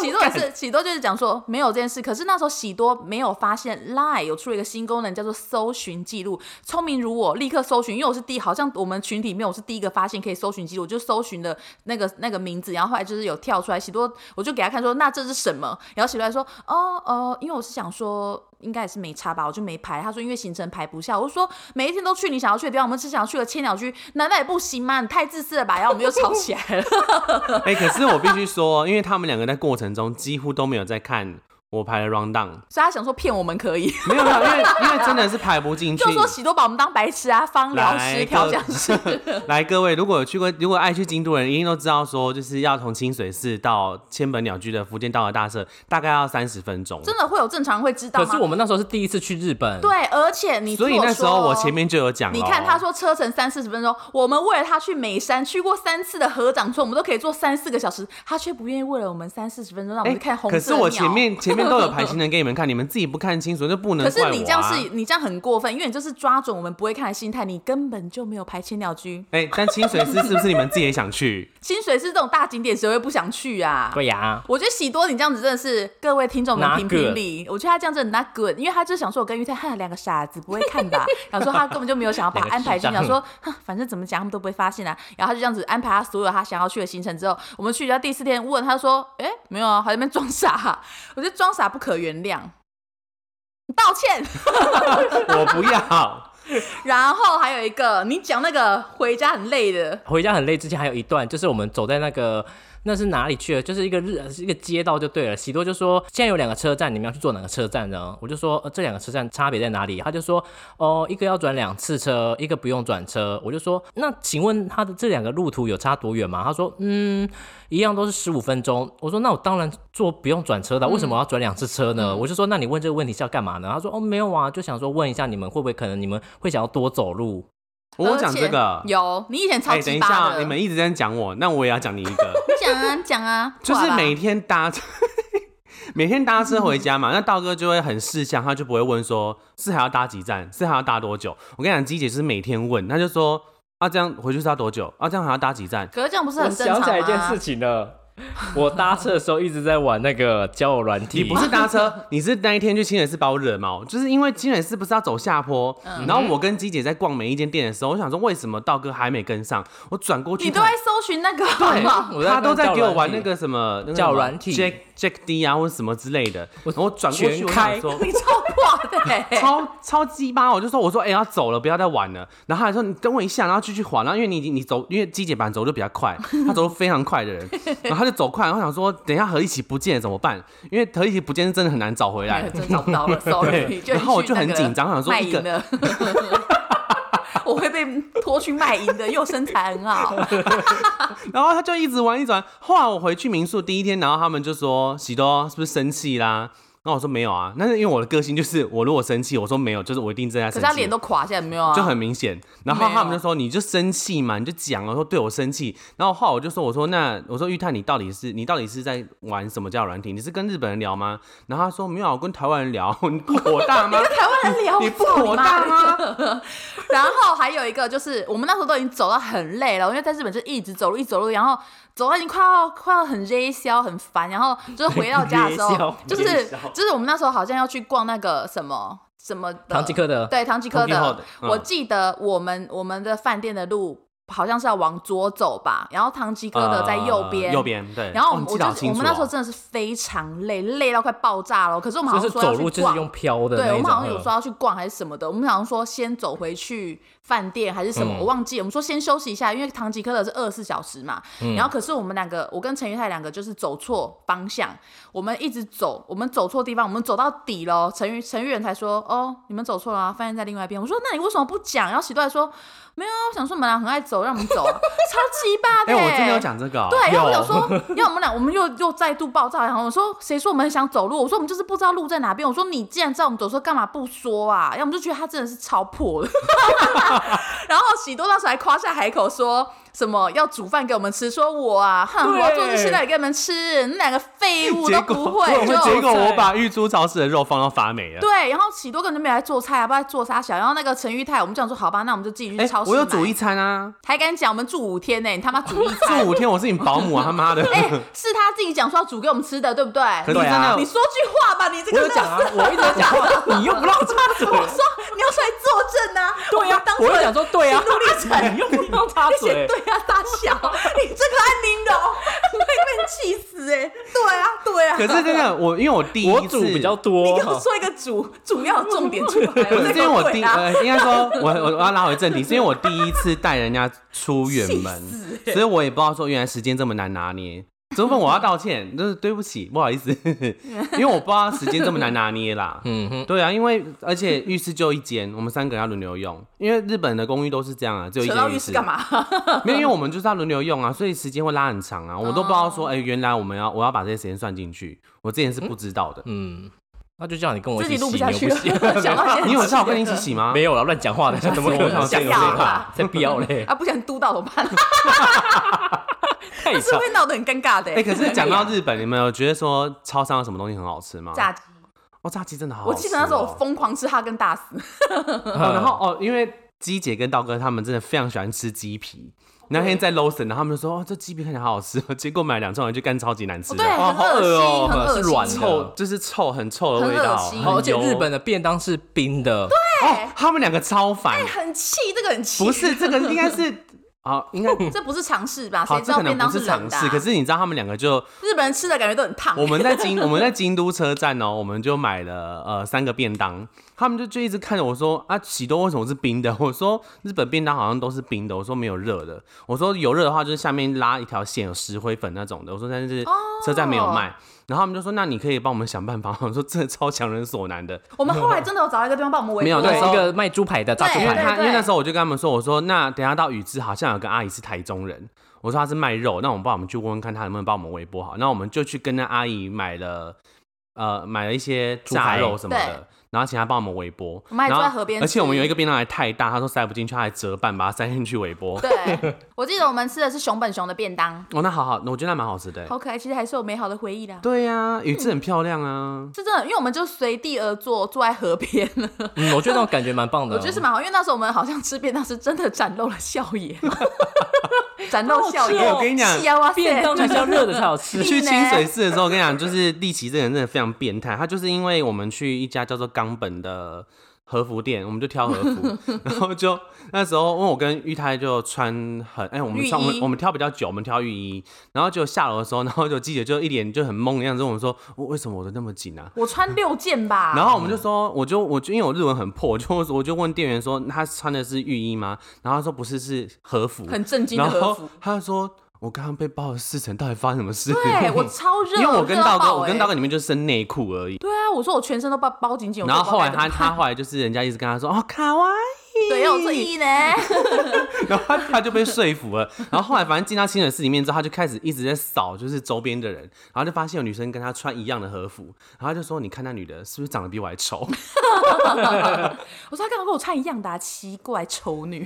S2: 喜多也是喜多就是讲说没有这件事，可是那时候喜多没有发现 Line 有出了一个新功能叫做搜寻记录，聪明如我立刻搜寻，因为我是第好像我们群体里面我是第一个发现可以搜寻记录，我就搜寻了那个那个名字，然后后来就是有跳出来喜多，我就给他看说那这是什么，然后喜多还说哦哦，因为我是想说应该也是没差吧，我就没排。他说因为行程排不下，我就说哦嗯每一天都去你想要去的地方，我们只想要去个千鸟居，难道也不行吗？你太自私了吧？然后我们又吵起来了。
S1: 哎、可是我必须说，因为他们两个在过程中几乎都没有在看我排的 round down，
S2: 所以他想说骗我们可以，
S1: 没有没有，因为因为真的是排不进去
S2: 就。说喜多 把我们当白痴啊，方疗师、
S1: 来
S2: 调
S1: 各
S2: 讲师。
S1: 来，各位如果有去过，如果爱去京都的人，一定都知道说，就是要从清水寺到千本鸟居的福建道和大社，大概要三十分钟。
S2: 真的会有正常人会知道
S3: 可
S2: 吗？
S3: 是我们那时候是第一次去日本，，
S2: 对，啊而且你
S1: 所以
S2: 听我
S1: 那时候
S2: 说
S1: 我
S2: 哦
S1: 前面就有讲，
S2: 你看他，说车程三四十分钟，我们为了他去美山去过三次的合掌村，我们都可以坐三四个小时，他却不愿意为了我们三四十分钟让我
S1: 哎、
S2: 们去看红色
S1: 可
S2: 的
S1: 是我
S2: 鸟
S1: 前面前面都有排行程给你们看，你们自己不看清楚就不能
S2: 可
S1: 怪我、
S2: 是
S1: 啊。
S2: 你这样是，你这样很过分，因为你就是抓准我们不会看的心态，你根本就没有排千鸟居。
S1: 哎、但清水寺是不是你们自己也 想去？
S2: 清水是这种大景点，谁会不想去啊？
S3: 对呀，
S2: 我觉得喜多你这样子真的是各位听众们
S3: Not
S2: 评评理，我觉得他这样真的 not good，因为他就想说我跟玉泰哈两个傻子不会看 吧，然后说他根本就没有想要把它安排进去，想
S3: 两个智
S2: 说哼反正怎么讲他们都不会发现啊，然后他就这样子安排他所有他想要去的行程之后，我们去到第四天问他说，哎、没有啊， 还在那边装傻、我觉得装傻不可原谅，道歉。
S1: 我不要。
S2: 然后还有一个你讲那个回家很累的，
S3: 回家很累。之前还有一段，就是我们走在那个那是哪里去了？就是一个日一个街道就对了。喜多就说现在有两个车站，你们要去坐哪个车站呢？我就说、呃、这两个车站差别在哪里？他就说哦，一个要转两次车，一个不用转车。我就说那请问他的这两个路途有差多远吗？他说嗯，一样都是十五分钟。我说那我当然坐不用转车的，为什么我要转两次车呢？我就说那你问这个问题是要干嘛呢？他说哦没有啊，就想说问一下你们会不会可能你们会想要多走路。
S1: 我有讲这个
S2: 而且，有你以前超
S1: 哎、等
S2: 级
S1: 一
S2: 巴的，
S1: 下，你们一直在讲我，那我也要讲你一 个。
S2: 讲啊讲啊，
S1: 就是
S2: 哇
S1: 每天搭车，每天搭车回家嘛，那道哥就会很识相，他就不会问说是还要搭几站，是还要搭多久。我跟你讲，鸡姐就是每天问，他就说啊这样回去是要多久，啊这样还要搭几站。
S2: 可是这样不是
S3: 我
S2: 很正常
S3: 想
S2: 吗？
S3: 起来一件事情了，我搭车的时候一直在玩那个交友软体，
S1: 你
S2: 啊
S1: 不是 搭车，你是那一天去清水寺把我惹毛，就是因为清水寺不是要走下坡，
S3: 嗯
S1: 然后我跟鸡姐在逛每一间店的时候，我想说为什么道哥还没跟上，我转过去
S2: 你
S1: 看，
S2: 都在搜寻那个好不好
S3: 我在
S1: 他
S3: 看
S1: 都在
S3: 叫
S1: 给我
S3: 软
S1: 玩
S3: 体
S1: 那个什么那个
S3: 叫
S1: 什么
S3: 软体
S1: Jack Jack D 啊或者什么之类的，
S3: 我
S1: 然后我转过去
S3: 全
S1: 我
S3: 开
S1: 想说。
S2: 你超破的、欸。
S1: 超超鸡巴！我就说，我说，哎、要走了，不要再玩了。然后他还说，你等我一下，然后继续滑。然后因为你你你走，因为机姐版走的比较快，他走的非常快的 人，然后他就走快。然后我想说，等一下何一起不见了怎么办？因为何一起不见是真的很难找回来。
S2: 真找不到了，sorry。
S1: 对
S2: 就
S1: 然后我
S2: 去
S1: 就
S2: 那
S1: 很
S2: 个
S1: 紧张想说
S2: 卖
S1: 一个
S2: 淫的， 我会被拖去卖淫的，又身材很 好，
S1: 然后他就一直玩，一直玩。后来我回去民宿第一天，然后他们就说，喜多是不是生气啦？然后我说没有啊，那是因为我的个性就是，我如果生气，我说没有，就是我一定正在
S2: 可是
S1: 生
S2: 他
S1: 气
S2: 脸。都垮下来，没有啊？
S1: 就很明显。然后
S2: 没有
S1: 他们就说你就生气嘛，你就讲了说对我生气。然后后来我就说我说那我说玉泰你到底是你到底是在玩什么叫软体？你是跟日本人聊吗？然后他说没有啊，我跟台湾人聊。你不火 大吗？
S2: 台湾人聊
S1: 你不
S2: 操
S1: 火大
S2: 妈
S1: 吗？啊
S2: 然后还有一个就是，我们那时候都已经走到很累了，因为在日本就一直走路，一直走路，然后走到已经快要快要很累消很烦，然后就是回到家的时
S3: 累
S2: 候
S3: 消，
S2: 就是
S1: 累消
S2: 就是我们那时候好像要去逛那个什么什么的
S3: 唐吉诃德
S2: 对唐吉诃
S1: Tokyo
S2: 德
S1: Hall，
S2: 我
S1: 嗯
S2: 记得我们我们的饭店的路。好像是要往左走吧，然后唐吉诃德在右边、
S1: 呃右。边对。
S2: 然后我
S1: 哦
S2: 们、我
S1: 你记得
S2: 就
S1: 好
S2: 是
S1: 清
S2: 我
S1: 楚
S2: 们
S1: 哦
S2: 那时候真的是非常累，累到快爆炸了。可是我们好
S3: 就
S2: 像
S3: 是
S2: 说要
S3: 走
S2: 去
S3: 路
S2: 逛，
S3: 就是用飘的那
S2: 对，我
S3: 种
S2: 们好像有
S3: 嗯
S2: 说要去逛还是什么的，我们好像说先走回去饭店还是什么，
S3: 嗯
S2: 我忘记。我们说先休息一下，因为唐吉诃德是二十四小时嘛。
S3: 嗯
S2: 然后可是我们两个，我跟陈玉泰两个就是走错方向，我们一直走，我们走错地方，我们走到底喽。陈玉陈玉仁才说：“哦，你们走错了、啊，饭店在另外一边。”我说：“那你为什么不讲？”然后喜多还说：“没有啊，我想说我们俩很爱走，让我们走、啊， 超级霸的、
S1: 哎，
S2: 欸。
S1: 我真的有讲这个哦。
S2: 对，然后我
S3: 有
S2: 想说，要我们俩，我们又又再度爆炸。然后我说，谁说我们很想走路？我说我们就是不知道路在哪边。我说你既然知道我们走错，干嘛不说啊？要么就觉得他真的是超破的。 然后喜多当时还夸下海口说什么要煮饭给我们吃，说我啊，哼，我要做这些料给你们吃，你们两个废物
S1: 结
S2: 都
S1: 果
S2: 不会，就
S1: 结果我把玉珠超市的肉放到发霉了。
S2: 对。然后喜多根本就没来做菜啊，不知道在做啥小。然后那个陈玉泰，我们就想说，好吧，那我们就自己去
S1: 哎、
S2: 超市
S1: 我有
S2: 买。
S1: 煮一餐啊，
S2: 还敢讲我们住五天呢、你他妈煮一 餐
S1: 住五天，我是你保姆啊，他妈的！
S2: 哎、是他自己讲说要煮给我们吃的，对不对？
S1: 可是
S3: 对
S1: 真
S3: 啊
S1: 的，
S2: 你说句话吧，你这
S3: 我
S2: 个
S3: 有 讲啊，我一直在讲话，你又不让我插嘴。
S2: 我说你要出来作证啊！
S3: 对
S2: 我
S3: 呀、
S2: 当
S3: 我就想说对呀、
S2: 心路历
S3: 啊，
S2: 程
S3: 你又不让我插
S2: 那些
S3: 嘴。
S2: 对啊，大小，你这个安宁的，我 会被气死哎、对啊，对啊。
S1: 可是真的，我因为我第一次
S3: 我煮比较多，
S2: 你给我说一个主主要重点出来，
S1: 不
S2: 我在
S1: 是因为
S2: 跟
S1: 我
S2: 对
S1: 第
S2: 啊。
S1: 呃，应该说我我我要拉回正题，是因为我第一次带人家出远
S2: 气
S1: 门
S2: 死，
S1: 所以我也不知道说原来时间这么难拿捏。这部分我要道歉，就是对不起，不好意思，因为我不知道时间这么难拿捏啦。
S3: 嗯哼，
S1: 对啊，因为而且浴室就一间，我们三个人要轮流用，因为日本的公寓都是这样啊，只有一
S2: 扯到
S1: 间
S2: 浴
S1: 浴
S2: 室
S1: 室
S2: 干？嘛？
S1: 没有，因为我们就是要轮流用啊，所以时间会拉很长啊。我都不知道
S2: 哦
S1: 说，哎、原来我们要我要把这些时间算进去，我之前是不知道的。
S3: 嗯，那就叫你跟我一
S2: 自
S3: 起
S2: 己
S3: 洗，
S2: 录
S3: 你
S2: 不下
S3: 又
S2: 去
S3: 不
S2: 了
S3: 洗，
S2: 想到现 在
S1: 你有叫我跟你一起洗吗？
S3: 没有了，乱讲话的， 怎么可
S1: 我
S3: 能想
S1: 想
S2: 吓到
S3: 啦
S2: 啊？
S3: 才不 要嘞，
S2: 啊，不想督导怎么 办？
S3: 太
S2: 是
S3: 吵
S2: 会闹得很尴尬的欸。
S1: 哎、可是讲到日本，你们有觉得说超商有什么东西很好吃吗？
S2: 炸鸡，
S1: 哦，炸鸡真的好好
S2: 我
S1: 吃、
S2: 记
S1: 哦。
S2: 得那时候我疯狂吃哈根达斯，
S1: 哦然后哦，因为鸡姐跟道哥他们真的非常喜欢吃鸡皮。那天在 Lawson，然后他们就说：“哦，这鸡皮看起来好好吃。”哦。结果买两串回去，干超级难吃
S2: 哦
S1: 的，
S2: 对，
S3: 哦
S2: 很
S3: 好恶哦
S2: 恶心，很
S3: 是
S2: 恶心，
S3: 软的
S1: 臭就是臭，很臭的味
S2: 很
S1: 道。
S2: 恶心
S1: 很
S3: 而且
S1: 油
S3: 日本的便当是冰的，对，
S1: 哦，他们两个超烦，
S2: 哎很气，这个很气。
S1: 不是啊这个应该是啊，应该
S2: 这不是常识吧？
S1: 好，
S2: 谁知
S1: 这
S2: 道
S1: 可
S2: 便
S1: 能
S2: 当
S1: 不是
S2: 冷
S1: 尝
S2: 的、啊
S1: 试。可是你知道他们两个就
S2: 日本人吃的感觉都很欸烫。
S1: 我们在京我们在京都车站哦，我们就买了呃三个便当，他们就就一直看着我说啊，喜多为什么是冰的？我 说日本便当好像都是冰的，我说没有热的，我说有热的话就是下面拉一条线有石灰粉那种的，我说但是车站没有卖。然后他们就说：“那你可以帮我们想办法。” 我说：“真的超强人所难的。
S2: 我们后来真的有找到一个地方帮我们围
S1: 没有
S2: 攻，
S1: 那时
S3: 对，
S1: 候
S3: 一个卖猪排的炸猪
S2: 对”
S1: 因为
S3: 排，
S1: 他因为
S2: 对
S1: 那时候我就跟他们说：“我说那等一下到宇治好像有个阿姨是台中人，我说她是卖肉，那我们帮我们去问问看她能不能帮我们微波好。”那我们就去跟那阿姨买了呃买了一些炸肉什么
S2: 猪排
S1: 的，然后请她帮我们微波。
S2: 我们还
S1: 然后
S2: 坐在河边
S1: 而且我们
S2: 吃
S1: 有一个便当还太大，她说塞不进去，她还折半把它塞进去微波。
S2: 对， 我记得我们吃的是熊本熊的便当，
S1: 哦，那好好，我觉得那蛮好吃的欸。
S2: 好可爱，其实还是有美好的回忆啦。
S1: 对呀、宇治很漂亮啊。
S2: 是真的，因为我们就随地而坐，坐在河边了。
S3: 嗯，我觉得那种感觉蛮棒
S1: 嗯
S3: 的，嗯
S2: 我觉得是蛮好，因为那时候我们好像吃便当是真的展露了笑颜， 展露笑
S1: 哎
S2: 颜。
S1: 我跟你讲
S2: 是啊哇塞
S3: 便当还是要热的才好吃，
S1: 去清水寺的时候，我跟你讲，就是利奇这个人真的非常变态。他就是因为我们去一家叫做冈本的和服店，我们就挑和 服，然后就那时候，因为我跟玉泰就穿很，哎、我们
S2: 浴
S1: 穿我们
S2: 衣
S1: 我们挑比较久，我们挑浴衣，然后就下楼的时候，然后就记者就一脸就很懵的样子，问我说，我为什么我的那么紧啊？
S2: 我穿六件吧，
S1: 然后我们就说，我就我就因为我日文很破，我就我就问店员说，他穿的是浴衣吗？然后他说不是，是和服。
S2: 很震惊的
S1: 然
S2: 和
S1: 后
S2: 服。
S1: 他就说，我刚刚被包了四层，到底发生什么事？
S2: 对啊我超热，
S1: 因为我跟道
S2: 热
S1: 哥，
S2: 到
S1: 我跟
S2: 欸
S1: 道哥里面就是剩内裤而已。
S2: 对啊，我说我全身都包包紧紧。我
S1: 然后
S2: 说我
S1: 后来
S2: 不知道
S1: 他
S2: 该怎么
S1: 他后来就是人家一直跟他说哦卡哇伊，
S2: 对，要有这意义呢。
S1: 然后他他就被说服了。然后后来反正进到清水寺里面之后，他就开始一直在扫就是周边的人，然后就发现有女生跟他穿一样的和服，然后他就说你看那女的是不是长得比我还丑？
S2: 我说他干嘛跟我穿一样的、啊？奇怪，丑女。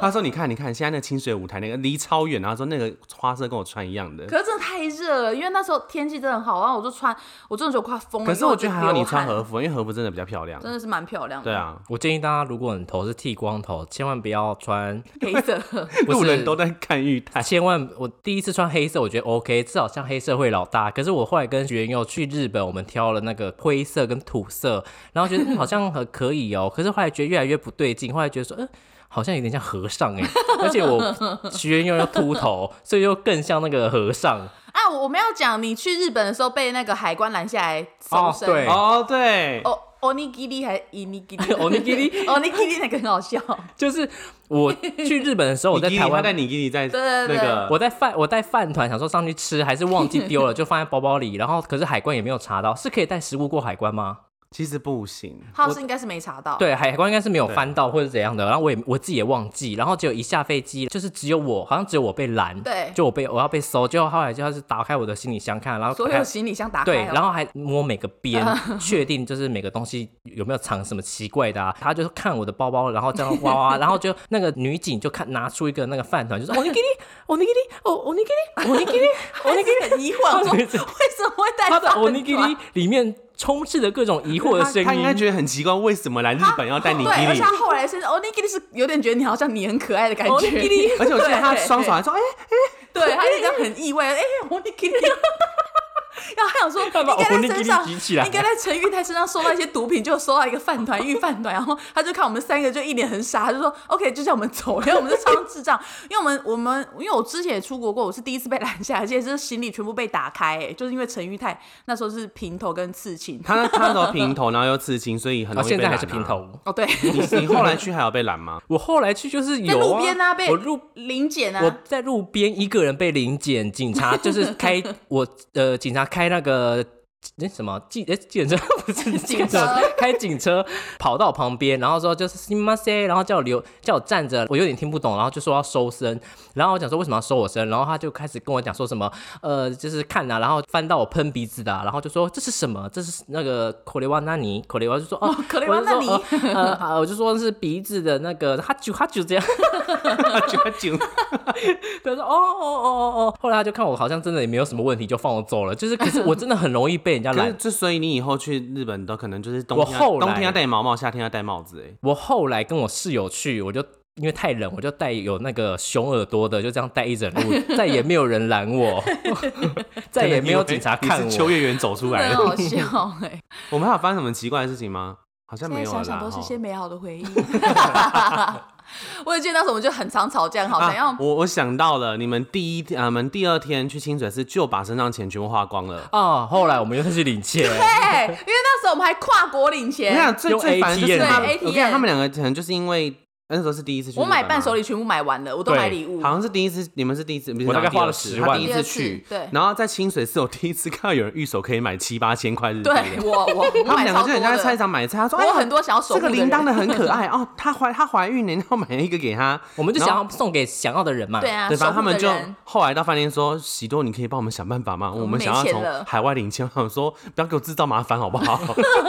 S1: 他说你看你看现在那个清水舞台那个离超远，然后说那个花色跟我穿一样的。
S2: 可是真的太热了，因为那时候天气真的很好，然后我就穿，我真的觉得快疯了。
S1: 可
S2: 因
S1: 是
S2: 为
S1: 我
S2: 我
S1: 觉
S2: 就
S1: 得还好你穿
S2: 流
S1: 和
S2: 汗，
S1: 服，因为和服真的比较漂亮。
S2: 真的是蛮漂亮的。
S1: 对，啊，
S3: 我建议大家，如果你头是剃光头，千万不要穿，
S2: 黑色。
S3: 不是啊
S1: 路人都在看玉台。
S3: 千万我第一次穿黑色，我觉得 OK，至少像黑社会老大。可是我后来跟学员友去日本，我们挑了那个灰 色跟土色，然后觉得、嗯、好像很可以哦。可是后来觉得越来越不对劲，后来觉得说，嗯、好像有点像和尚哎、而且我许愿又要秃头，所以又更像那个和尚。
S2: 啊，我我们要讲你去日本的时候被那个海关拦下来搜
S3: 哦
S2: 身，
S3: 对
S1: 哦，对，
S2: 哦，欧尼基利还伊尼基利，
S3: 欧尼基 利，
S2: 欧尼基利那个很好笑，
S3: 就是我去日本的时候，我
S1: 你
S3: 在
S1: 弟弟
S3: 台
S1: 他
S3: 湾
S1: 带你弟弟在
S2: 对对
S1: 那
S2: 对
S1: 个，
S3: 我在饭我带饭团，想说上去吃，还是忘记丢了， 就放在包包里。然后可是海关也没有查到，是可以带食物过海关吗？
S1: 其实不行，
S2: 浩是应该是没查到，，
S3: 对，海关应该是没有翻到或者怎样的。然后我也我自己也忘记，然后只有一下飞机，就是只有我，好像只有我被拦，
S2: 对
S3: 就我被我要被搜。结果后来就是打开我的行李箱看，然后
S2: 所
S3: 看
S2: 有行李箱打开
S3: 对，
S2: 哦，
S3: 然后还摸每个 边，确定就是每个东西有没有藏什么奇怪的啊。他就是看我的包包，然后这样 哇哇，然后就那个女警就看拿出一个那个饭团，就说：“我你给你，我你给你，哦我你给你，我你给 你，我
S2: 我
S3: 你
S2: 尼
S3: 给
S2: 基
S3: 你。”
S2: 利很疑惑， 说
S3: 他
S2: 为
S3: 每次
S2: 什么会带
S3: 他的哦
S2: 饭
S3: 欧尼基
S2: 团
S3: 里里面充斥着各种疑惑的
S1: 他
S3: 声
S1: 他应该
S3: 音。
S1: 觉得很奇怪，为什么来日本要带你弟
S2: 啊对，而且
S1: 弟？
S2: 他后来甚至欧尼基利是哦有点觉得你好像你很可爱的感
S3: 欧
S2: 觉
S3: 尼，基里，
S1: 而且我记得他
S2: 对
S1: 双手还说，哎，
S2: 对，他就这样很意外，哎，欧尼基利。 然后还想说，
S3: 他把
S2: 应该在
S3: onigiri
S2: 身上，
S3: 举起来
S2: 应该在陈玉泰身上收到一些毒品，就收到一个饭团玉饭团，然后他就看我们三个就一脸很傻，他就说 OK，就叫我们走，因为我们是超智障，因为我们我们因为我之前也出国过，我是第一次被拦下来，而且是行李全部被打开、哎，就是因为陈玉泰那时候是平头跟刺青，
S1: 他他那时候平头，然后又刺青，所以很
S3: 啊，
S1: 容易被
S3: 现在
S1: 拦
S3: 还
S1: 啊
S3: 是平。头。
S2: 哦对，
S1: 你你后来去还有被拦 吗？
S3: 我后来去就是
S2: 在
S3: 有、啊、
S2: 路边啊被
S3: 我路
S2: 零检啊，
S3: 我在路边一个人被临检，警察 就是开我呃，警察开那个。那什么记哎，警车不是警车
S2: 车，
S3: 开警车跑到我旁边，然后说就是 s i m a s e 然后叫我留，叫我站着，我有点听不懂，然后就说要收身，然后我讲说为什么要收我身，然后他就开始跟我讲说什么呃，就是看啊，然后翻到我喷鼻子的啊、然后就说这是什么，这是那个口雷瓦纳尼，口雷瓦就 说哦，
S2: 口雷瓦纳尼
S3: 我就说呃呃，我就说是鼻子的那个哈啾哈啾这样，
S1: 就警
S3: 他说哦哦哦哦哦，后来他就看我好像真的也没有什么问题，就放我走了。就是，可是我真的很容易被 人家
S1: 可是
S3: 拦。
S1: 之所以你以后去日本都可能就是冬
S3: 我
S1: 天要
S3: 后来
S1: 冬天要戴毛毛，夏天要戴帽子，哎，
S3: 我后来跟我室友去，我就因为太冷，我就戴有那个熊耳朵的，就这样戴一整路，再也没有人拦 我，再也没有警察看
S1: 你是秋
S3: 我。
S1: 叶原走出来
S2: 真的很
S1: 的。
S2: 好笑哎、
S1: 我们还有发生什么奇怪的事情吗？好像
S2: 现
S1: 没
S2: 在
S1: 有了啦。
S2: 想想都是
S1: 齁
S2: 些美好的回忆。 我也记得那时候我们就很常吵架，好像要、
S1: 啊，我我想到了，你们第一天，啊，你们第二天去清水寺就把身上钱全部花光了。
S3: 啊！后来我们又再去领钱，
S2: 哎，因为那时候我们还跨国领
S1: 我跟你
S2: 钱，
S1: 讲，最
S3: 用
S1: 最烦的就是他们，
S2: ATM
S1: 我跟你讲，他们两个可能就是因为那时候是第一次去日
S2: 我
S1: 本嘛，
S2: 买伴手礼全部买完了，我都
S3: 对
S2: 买礼物。
S1: 好像是第一次，你们是第一次，不是
S3: 我大概
S1: 第二
S3: 花了
S1: 次
S3: 10
S1: 他
S3: 万
S1: 第一
S2: 第
S1: 次
S2: 二次
S1: 去，
S2: 对
S1: 然后在清水寺，我第一次看到有人预手可以买七八千块日币
S2: 对
S1: 的。
S2: 我我我
S1: 他们
S2: 买
S1: 两
S2: 超
S1: 个
S2: 多
S1: 就很像在菜市
S2: 的，
S1: 场买菜，他说：“
S2: 我
S1: 哎
S2: 有
S1: 呀，
S2: 很多想要守护
S1: 这个
S2: 的
S1: 铃铛
S2: 人
S1: 的很可爱哦，她怀她怀孕了，然后买了一个给她。”
S3: 我们就
S1: 然
S3: 想
S1: 后
S3: 要送给想要的人嘛。
S2: 对啊，
S1: 对，
S2: 守护
S1: 反正他们
S2: 的
S1: 就
S2: 人
S1: 后来到饭店说：“喜多，你可以帮我们想办法吗？我们
S2: 没
S1: 想要
S2: 钱
S1: 从
S2: 了
S1: 海外领钱。”我想说：“不要给我制造麻烦，好不 好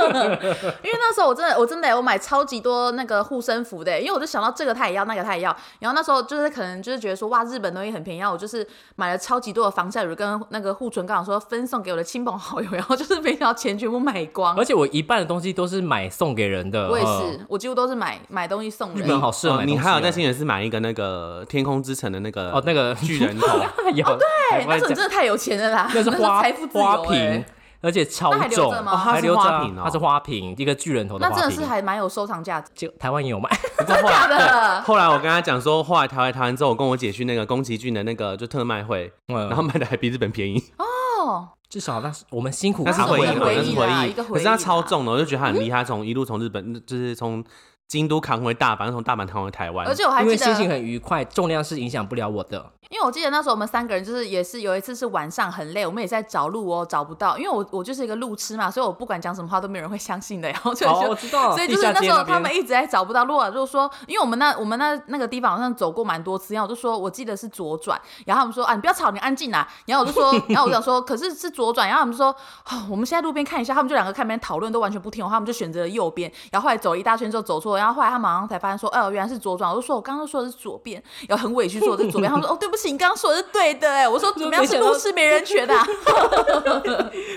S2: 因为那时候我真的我真的我买超级多那个护身符的，因为我就想到这个他也要，那个他也要。然后那时候就是可能就是觉得说哇，日本东西很便宜，然后我就是买了超级多的防晒乳跟那个护唇膏，想说分送给我的亲朋好友，然后就是没想到钱全部买光
S3: 而。且我一半的东西都是买送给人的。
S2: 我也
S3: 嗯
S2: 是，我几乎都是买买东西送
S3: 日
S2: 人。
S3: 本好适合买
S1: 哦你
S3: 东西
S1: 还有
S3: 哦
S1: 在新源寺买一个那个天空之城的那个
S3: 哦，那个
S1: 巨人头，
S3: 有对
S2: 哎，那时候你真的太有钱了啦，
S3: 那是
S2: 时候
S3: 花
S2: 财富自
S3: 花
S2: 由
S3: 瓶
S2: 哎，，
S3: 而且超
S2: 那还留
S3: 重，
S2: 着吗
S1: 哦它是
S3: 还留着啊
S1: 花瓶哦
S3: 它是花瓶，一个巨人头的
S2: 那
S3: 花
S2: 真
S3: 瓶。
S2: 的是还蛮有收藏价值。
S3: 就台湾也 有卖，
S1: 你知 道后
S2: 假
S1: 来
S2: 的，
S1: 后来我跟他讲说，后来台湾台湾之后，我跟我姐去那个宫崎骏的那个就特卖会，
S3: 然
S1: 然后卖的还比日本便宜，
S2: 哦，
S3: 至少那是我们辛苦
S1: 那是
S3: 扛
S1: 回
S3: 回
S1: 忆
S2: 一
S3: 来
S1: 嘛
S2: 个，回忆
S1: 那是
S2: 啦
S1: 回忆
S2: 一个回忆，
S1: 可是它
S2: 啦
S1: 超重的，我就觉得它很厉害，从一路从日本就是从京都扛回大阪，从大阪扛回台湾，
S2: 而且我还
S3: 因
S2: 记
S3: 为
S2: 得
S3: 心情很愉快，重量是影响不了我的。
S2: 因为我记得那时候我们三个人就是也是有一次是晚上很累，我们也在找路哦，找不到，因为我我就是一个路痴嘛，所以我不管讲什么话都没有人会相信的，然后就
S3: 哦，
S2: 就
S3: 我知道，
S2: 所以
S3: 地
S2: 就是
S3: 下
S2: 那
S3: 街
S2: 时候
S3: 边
S2: 他们一直在找不到路啊，就是说，因为我们那我们那那个地方好像走过蛮多次，然后我就说我记得是左转，然后他们说啊你不要吵，你安静啊， 然后我就说，然后我就想说可是是左转，然后他们就说哦我们现在路边看一下，他们就两个看边讨论都完全不听我，他们就选择了右边，然后后来走了一大圈之后走错了，然后后来他们好像才发现说哦原来是左转，我就说我刚刚说的是左边，然后很委屈说我是左边，他们说哦对不起你刚刚说的是对的哎，我说怎么样是路痴没人权啊，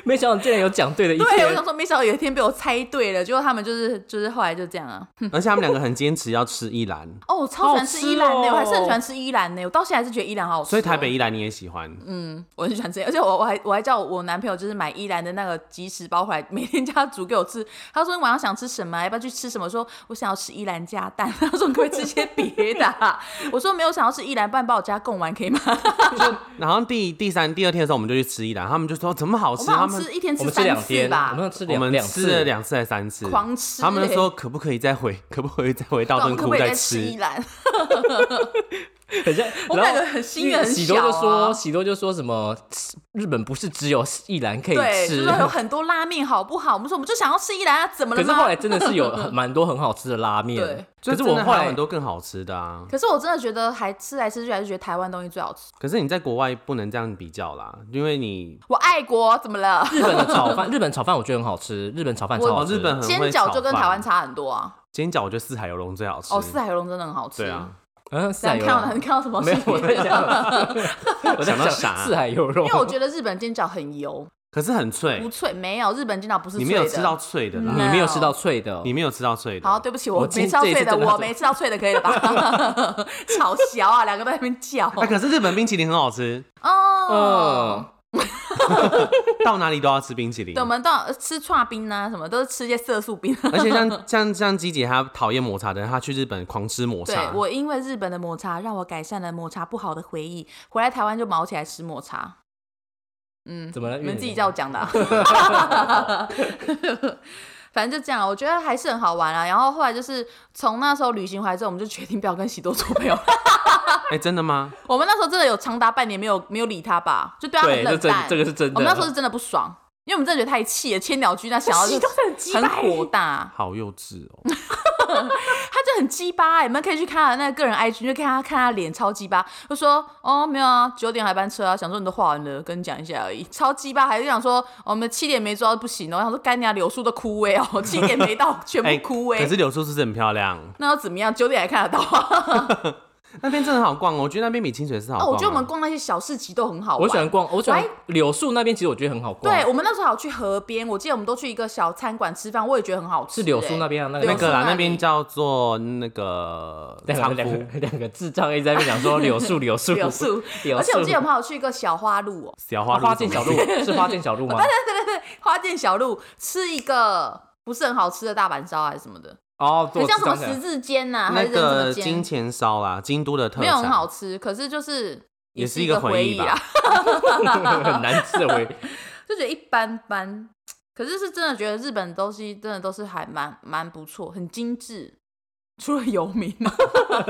S3: 没想到竟然有讲对的 一
S2: 对我想
S3: 天。
S2: 说没想到有一天被我猜对了，结果他们就是就是后来就这样啊。
S1: 而且他们两个很坚持要吃 一兰，
S2: 哦，我超喜欢吃伊兰
S3: 好
S2: 呢、
S3: 吃哦
S2: 我还是很喜欢吃伊兰呢、我到现在还是嗯觉得伊兰好好吃哦、
S1: 所以台北一兰你也喜欢，
S2: 我很喜欢吃，而且我我还我还叫我男朋友就是买伊兰的那个即食包回来，每天叫他煮给我吃。他说你晚上想吃什么啊、要不要去吃什么？我说我想要吃依兰加蛋， 他说你可不可以吃些别的啊、我说没有想要吃依兰，不然把我家供完可以吗？
S1: 然后第第三、第二天的时候，我们就去吃一兰，他们就说怎么好
S2: 我
S1: 吃，
S2: 们
S1: 他
S2: 好
S1: 们
S2: 像吃一天
S3: 我
S2: 吃
S3: 们吃
S2: 三
S3: 两
S2: 次
S3: 天，
S2: 吧
S3: 我，们吃
S1: 我
S3: 两
S1: 们
S3: 两
S1: 吃了
S3: 次，
S1: 两次还三次，
S2: 狂吃
S1: 他们
S2: 欸
S1: 就说可不可以再回， 可不可以再回到
S2: 那我们
S1: 顿
S2: 可
S1: 窟
S2: 不可以再吃
S1: 吃
S2: 依？兰？
S3: 等一下，
S2: 我
S3: 然
S2: 感
S3: 后
S2: 觉很心愿很
S3: 喜
S2: 小
S3: 多就
S2: 啊
S3: 说，。喜多就说什么日本不是只有一兰可以
S2: 对，就
S3: 吃
S2: 是，有很多拉面，好不好？我们说我们就想要吃一兰啊，怎么
S3: 可
S2: 了
S3: 是
S2: 吗？
S3: 后来真的是有 很蛮多很好吃的拉
S2: 对
S3: 面，
S1: 就
S3: 可是
S1: 真
S3: 我
S1: 的
S3: 后
S1: 还有
S3: 来
S1: 很多更好吃的啊。
S2: 可是我真的觉得还吃来吃去，还是觉得台湾东西最好吃。
S1: 可是你在国外不能这样比较啦，因为你
S2: 我爱国，怎么了？
S3: 日本的炒饭，日本炒饭我觉得很好吃，日本炒饭
S2: 我
S3: 超好
S1: 哦，
S3: 吃。
S1: 日本很
S2: 煎
S1: 会炒
S2: 饺
S1: 饭
S2: 就跟台湾差很多啊。
S1: 煎饺，我觉得四海游龙最好吃。
S2: 哦，四海游龙真的很好吃。
S1: 对啊，
S3: 嗯，四
S2: 这样
S3: 海游
S2: 看到你
S3: 肉
S2: 看到什么？
S3: 没有我在想， 我在
S1: 想到
S3: 想
S1: 啥
S3: 四海游肉，
S2: 因为我觉得日本煎饺很油，
S1: 可是很脆
S2: 不，脆。没有，日本煎饺不是
S1: 你
S2: 脆的。
S1: 没有吃到脆的啦，
S3: 你没有吃到脆的，
S1: 你没有吃到脆的。
S2: 嗯好，对不起，我
S3: 我
S2: 没
S3: 今
S2: 吃到
S3: 这一
S2: 脆
S3: 次
S2: 的，
S3: 真的
S2: 我
S3: 要
S2: 没吃到脆的，可以了吧？ 吵小啊，两个都在那边叫。
S1: 哎可是日本冰淇淋很好吃，
S2: 哦，
S3: 嗯，
S1: 到哪里都要吃冰淇淋
S2: 对，。我们到吃串冰啊，什么都是吃一些色素 冰。啊
S1: 而且像像像鸡姐她讨厌抹茶的人，她去日本狂吃抹
S2: 对
S1: 茶。
S2: 我因为日本的抹茶，让我改善了抹茶不好的回忆，回来台湾就毛起来吃抹茶。嗯，
S3: 怎么了
S2: 你们自己
S3: 越南
S2: 叫我讲的、啊。 反正就这样，我觉得还是很好玩啊。然后后来就是从那时候旅行回来之后，我们就决定不要跟喜多做朋友。
S1: 哎、真的吗？
S2: 我们那时候真的有长达半年没有没有理他吧，就对他很
S3: 对，这
S2: 冷
S3: 真
S2: 淡。
S3: 这个是真的。
S2: 我们那时候是真的不爽，因为我们真的觉得太气了，千鸟居那想要就很火大，
S1: 好幼稚哦、
S2: 他就很鸡巴、欸。你们可以去看他的那个个人 IG，你就看他看他脸超鸡巴，就说哦没有啊，九点还班车啊，想说你都画完了，跟你讲一下而已，超鸡巴，还是想说、哦我们七点没做到不行哦，我想说干娘柳树都枯萎哦， 七点没到全部欸
S1: 哎、
S2: 枯萎。
S1: 可是柳树是不是很漂亮，
S2: 那要怎么样？九点还看得到 啊？
S1: 那边真的很好逛哦。我觉得那边比清水寺好
S2: 哦，
S1: 逛、
S2: 我觉得我们逛那些小市集都很好玩。
S3: 我喜欢逛，我喜欢
S2: 喂
S3: 柳树那边，其实我觉得很好逛。
S2: 对，我们那时候还有去河边，我记得我们都去一个小餐馆吃饭，我也觉得很好吃、
S3: 是柳树
S2: 欸
S3: 那边啊，那
S2: 柳
S1: 那
S3: 个
S1: 个
S2: 柳
S1: 啦，
S2: 树那里
S1: 那边叫做那个
S3: 两
S1: 仓
S3: 个两
S1: 库
S3: 个两个智障一直在那边 讲说柳树柳树
S2: 柳树，
S3: 柳
S2: 而且我记得我
S3: 树
S2: 们还有去一个小花路哦、
S1: 小花
S3: 啊
S1: 路
S3: 花
S1: 是
S3: 店
S1: 什么
S3: 小路是花店小路吗？
S2: 花店小路吃一个不是很好吃的大阪烧还是什么的，
S3: 哦，
S2: 很
S3: 我
S2: 像
S3: 知
S2: 什
S3: 道
S2: 么
S3: 想起来
S2: 十字煎呐、啊还
S1: 那
S2: 是什么
S1: 个
S2: 煎
S1: 金，钱烧啦，京都的特产，
S2: 没有很好吃，可是就是
S1: 也是
S2: 一
S1: 一个
S2: 回
S1: 回忆吧
S2: 啊，
S3: 很难吃的回忆。
S2: 就觉得一般般。可是是真的觉得日本的东西真的都是还蛮蛮不错，很精致。 除了游民，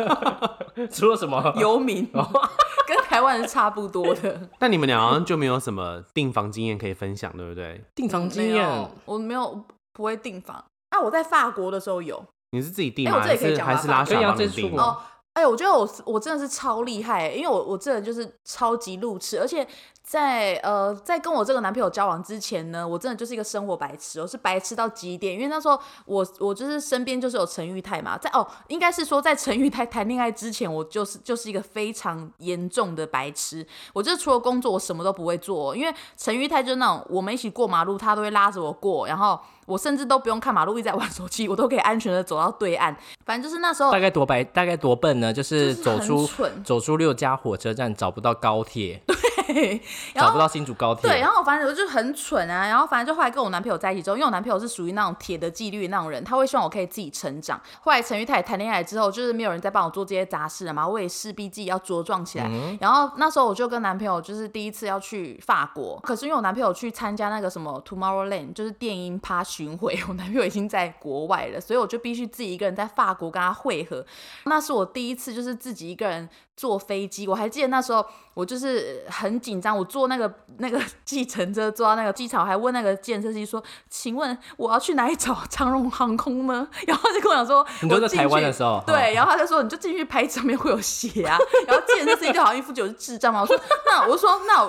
S3: 除了什么？
S2: 游民
S1: 哦
S2: 跟台湾人差不多的。
S1: 但你们俩好像就没有什么订房经验可以分享，对不对？
S3: 订房经
S2: 没
S3: 验
S2: 有，，我没有不会订房。啊，我在法国的时候有，
S1: 你是自己订
S2: 哎
S1: 吗？
S2: 我这
S1: 还
S2: 里可以
S1: 是
S2: 讲
S1: 还
S2: 吧
S1: 是拉
S3: 可
S1: 小
S3: 以啊
S1: 帮你
S3: 这是出
S1: 订？
S3: 国
S2: 哦，哎、我觉得我是我真的是超厉害、因为我我这人就是超级路痴，而且在呃在跟我这个男朋友交往之前呢，我真的就是一个生活白痴，我是白痴到极点。因为那时候我我就是身边就是有陈玉泰嘛，在哦应该是说在陈玉泰 谈恋爱之前，我就是就是一个非常严重的白痴。我就是除了工作我什么都不会做哦、因为陈玉泰就是那种我们一起过马路，他都会拉着我过，然后我甚至都不用看马路，一直在玩手机，我都可以安全的走到对岸。反正就是那时候
S3: 大概多白，大概多笨呢？就是
S2: 就是
S3: 走
S2: 很
S3: 出
S2: 蠢
S3: 走出六家火车站，找不到高铁，
S2: 对，然
S3: 找不
S2: 后
S3: 到新竹高铁。
S2: 对，然后反正我就很蠢啊，然后反正就后来跟我男朋友在一起之后，因为我男朋友是属于那种铁的纪律那种人，他会希望我可以自己成长。后来陈玉泰谈恋爱之后，就是没有人再帮我做这些杂事了嘛，我也势必自己要茁壮起来。然后那时候我就跟男朋友就是第一次要去法国，可是因为我男朋友去参加那个什么 Tomorrowland，就是电音趴巡回， 我男朋友已经在国外了，所以我就必须自己一个人在法国跟他会合。那是我第一次就是自己一个人坐飞机，我还记得那时候我就是呃很紧张，我坐那个 那个计程车坐到那个机场，我还问那个建设机说：“请问我要去哪里找 长荣航空呢？” 然后他就跟我讲说：“
S3: 你说
S2: 我
S3: 在
S2: 进
S3: 台湾
S2: 去
S3: 的时候
S2: 对，
S3: 哦
S2: 然后他就说：“你就进去牌上面会有写 啊。”然后建设司机就好像一副就是智障嘛，我说：“那我说那我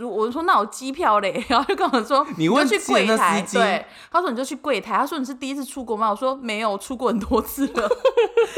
S2: 我我说那我机票嘞？”然后就跟我说：“
S1: 你问
S2: 就去
S1: 计
S2: 柜
S1: 程车
S2: 台。”
S1: 司机
S2: 对，他说：“你就去柜台。”他说：“你是第一次出国吗？”我说：“没有，我出国很多次 了。”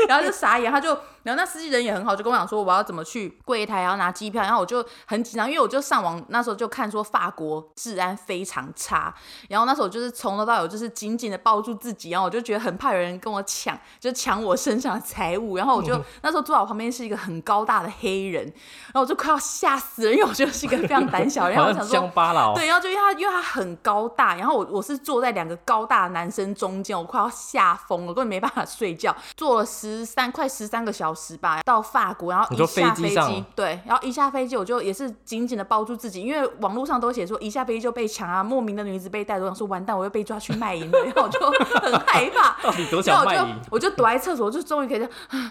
S2: 然后就傻眼，他就，然后那司机人也很好，就跟我讲说我要怎么去柜台，然后拿机票，然后我就很心脏，因为我就上网那时候就看说法国治安非常差，然后那时候我就是从头到尾就是紧紧的抱住自己，然后我就觉得很怕有人跟我抢，就抢我身上的财物，然后我就、
S3: 哦
S2: 那时候坐在我旁边是一个很高大的黑人，然后我就快要吓死了，因为我就是一个非常胆小，然后
S3: 哦 好
S2: 我想
S3: 像
S2: 说
S3: 乡巴佬。
S2: 对，然后就因为他，因为他很高大，然后我我是坐在两个高大的男生中间，我快要吓疯了，根本没办法睡觉，坐了十三快十三个小时吧，到法国，然后
S3: 你
S2: 一
S3: 说
S2: 下
S3: 飞机
S2: 飞
S3: 上
S2: 机，对，然后一下飞机我就也是紧紧的抱住自己，因为网络上都写说一下飞机就被抢啊，莫名的女子被带走，我想说完蛋，我又被抓去卖淫了，然后我就 很害怕，
S3: 到底多
S2: 然
S3: 想
S2: 后我
S3: 卖
S2: 就
S3: 淫？
S2: 我就躲在厕所，我就终于可以这样啊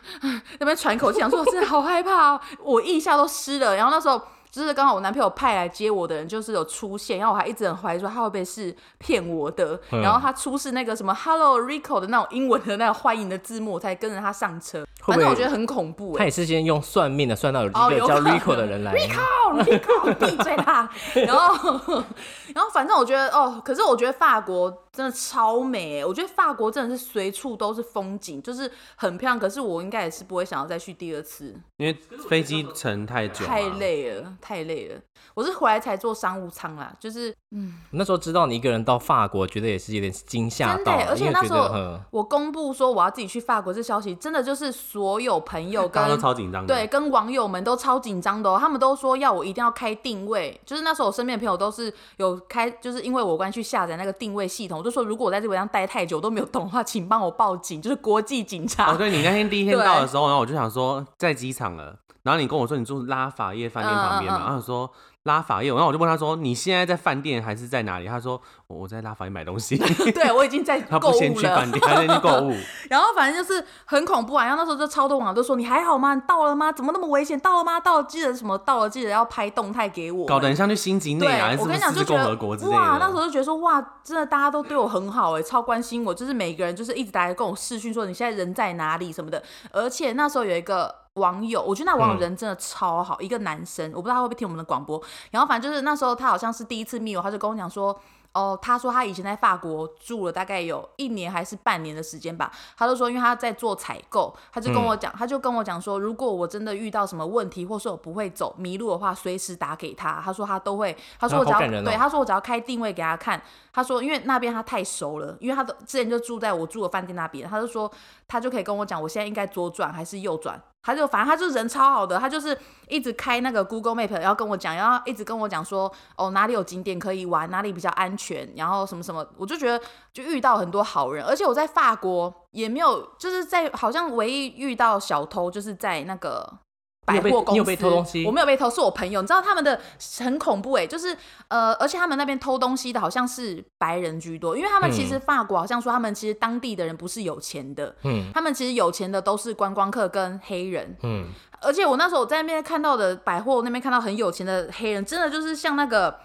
S2: 那边喘口气，想 说我真的好害怕、哦，我腋下都湿了。然后那时候就是刚好我男朋友派来接我的人就是有出现，然后我还一直很怀疑说他会不会是骗我的。
S3: 嗯
S2: 然后他出示那个什么 “Hello Rico” 的那种英文的那个欢迎的字幕，我才跟着他上车。
S3: 会不
S2: 反
S3: 会
S2: 正我觉得很恐怖
S3: 他
S2: 哎、
S3: 也是先用算命的算到有一
S2: 哦
S3: 个
S2: 有
S3: 叫
S2: 可能
S3: Rico 的人来，
S2: 哦，Rico，闭嘴啦！然后，然后反正我觉得哦，可是我觉得法国真的超美欸，我觉得法国真的是随处都是风景，就是很漂亮。可是我应该也是不会想要再去第二次，
S1: 因为飞机程太久、啊，
S2: 太。累了，太累了。我是回来才坐商务舱啦，就是
S3: 那时候知道你一个人到法国，觉得也是有点惊吓
S2: 真的
S3: 到
S2: 欸，
S3: 了，
S2: 而且
S3: 因为
S2: 那
S3: 觉
S2: 时
S3: 得
S2: 候
S3: 嗯
S2: 我公布说我要自己去法国这消息，真的就是所有朋友
S1: 大家
S2: 跟
S1: 都超紧张的。
S2: 对，，跟网友们都超紧张的、哦，他们都说要我一定要开定位，就是那时候我身边的朋友都是有开，就是因为我关系去下载那个定位系统，我就说如果我在这个地方待太久都没有懂的话，请帮我报警，就是国际警察。
S1: 哦，对你那天第一天到的时候，然后我就想说在机场了，然后你跟我说你住拉法叶饭店旁边
S2: 嗯
S1: 嘛，
S2: 嗯嗯
S1: 然后我说拉法叶，然后我就问他说你现在在饭店还是在哪里？他说我我在拉法叶买东西，
S2: 对我已经在
S1: 他
S2: 购
S1: 不先
S2: 物
S1: 去
S2: 了
S1: 饭。店， 他在那边购物。
S2: 然后反正就是很恐怖啊，然后那时候就超多网友都说你还好吗？你到了吗？怎么那么危险？到了吗？到了记得什么？到了记得要拍动态给我们。
S1: 搞得很像去新几内啊
S2: 对，
S1: 亚还是
S2: 我
S1: 不
S2: 跟
S1: 是
S2: 你讲，就
S1: 是
S2: 觉
S1: 共
S2: 得
S1: 和国之类的。啊
S2: 哇，那时候就觉得说哇，真的大家都对我很好哎、超关心我，就是每个人就是一直打来跟我视讯说你现在人在哪里什么的。而且那时候有一个网友，我觉得那
S1: 嗯
S2: 网友人真的超好，一个男生，我不知道他会不会听我们的广播。然后反正就是那时候他好像是第一次密我，他就跟我讲说。哦，他说他以前在法国住了大概有一年还是半年的时间吧，他就说因为他在做采购，他就跟我
S3: 嗯
S2: 讲，他就跟我讲说，如果我真的遇到什么问题，或是我不会走迷路的话，随时打给他。他说他都会，他说我只
S3: 啊
S2: 要、
S3: 好感人哦
S2: 对，他说我只要开定位给他看，他说因为那边他太熟了，因为他都之前就住在我住的饭店那边，他就说他就可以跟我讲我现在应该左转还是右转。他就反正他就是人超好的，他就是一直开那个 Google Map，然后跟我讲，然后一直跟我讲说，哦哪里有景点可以玩，哪里比较安全，然后什么什么，我就觉得就遇到很多好人，而且我在法国也没有，就是在好像唯一遇到小偷就是在那个
S3: 你
S2: 百
S3: 有被
S2: 货公司，
S3: 你有被偷东西
S2: 我没有被偷，是我朋友。你知道他们的很恐怖哎、就是呃，而且他们那边偷东西的好像是白人居多，因为他
S3: 嗯
S2: 们其实法国好像说他们其实当地的人不是有钱的，
S3: 嗯
S2: 他们其实有钱的都是观光客跟黑人，
S3: 嗯，
S2: 而且我那时候我在那边看到的百货那边看到很有钱的黑人，真的就是像那个